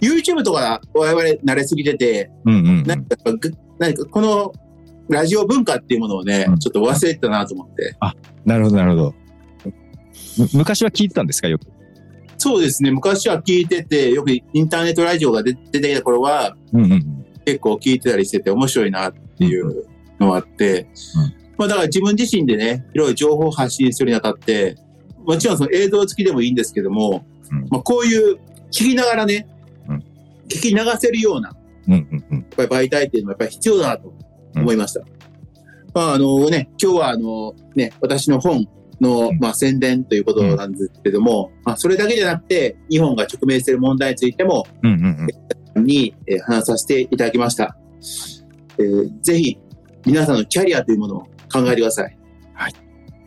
YouTube とか我々慣れすぎてて、
うんうん。
なんかやっぱぐ、なんかこのラジオ文化っていうものをね
うん、
ちょっと忘れてたなと思って。
なるほど、なるほど。む昔は聞いてたんですかよく。
そうですね、昔は聞いてて、よくインターネットラジオが出出てきた頃は、
うんうん。
結構聞いてたりしてて面白いなっていうのがあって、
うん
まあだから自分自身でね、いろいろ情報を発信するにあたって、もちろんその映像付きでもいいんですけども、
うん
まあこういう聞きながらね、
うん
聞き流せるようなや
うんうんうん。
っぱり媒体っていうのはやっぱり必要だなと思いました。まああのね、今日はあのね、私の本の
うん
まあ宣伝ということなんですけども、まあそれだけじゃなくて、日本が直面している問題についても、
うんうんうん。
に、えー話させていただきました。えーぜひ、皆さんのキャリアというものを考えてください。
はい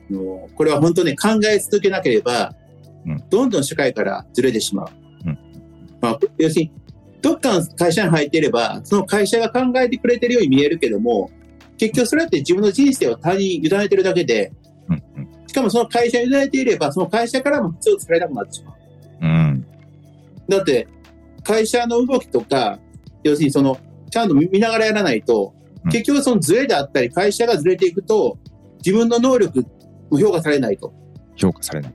あのー。これは本当ね、考え続けなければ、
うん
どんどん社会からずれてしまう。
うん
まあ、要するに、どっかの会社に入っていれば、その会社が考えてくれてるように見えるけども、結局それって自分の人生を他人に委ねてるだけで、
うんうん
しかもその会社に委ねていれば、その会社からも必要とされなくなってしまう。
うん。
だって、会社の動きとか、要するにその、ちゃんと見ながらやらないと
うん、
結局そのズレであったり、会社がズレていくと、自分の能力も評価されないと。
評価されない。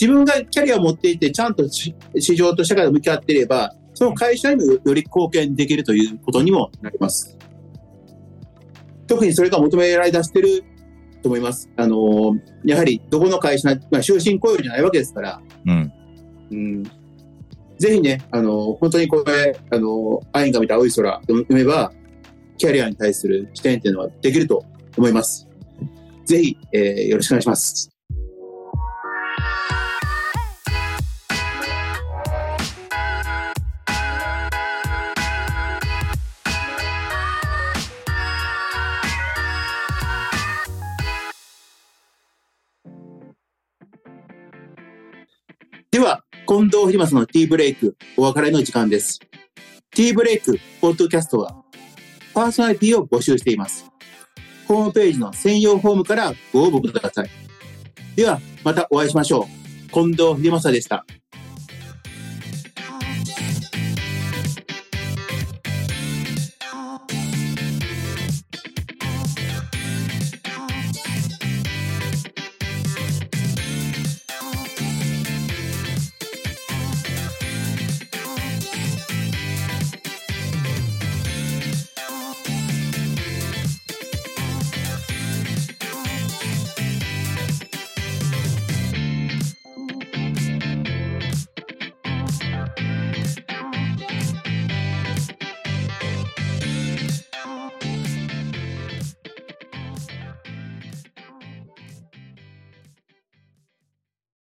自分がキャリアを持っていて、ちゃんとし市場と社会と向き合っていれば、その会社にもより貢献できるということにもなります。特にそれが求められ出してると思います。あのーやはりどこの会社な、まあ、終身雇用じゃないわけですから、
うん。
うんぜひね、あの、本当にこれ、あの、アインが見た青い空と読めば、キャリアに対する視点っていうのはできると思います。ぜひ、えーよろしくお願いします。では、近藤秀正のティーブレイク、お別れの時間です。ティーブレイク、ポッドキャストは、パーソナリティを募集しています。ホームページの専用フォームからご応募ください。では、またお会いしましょう。近藤秀正でした。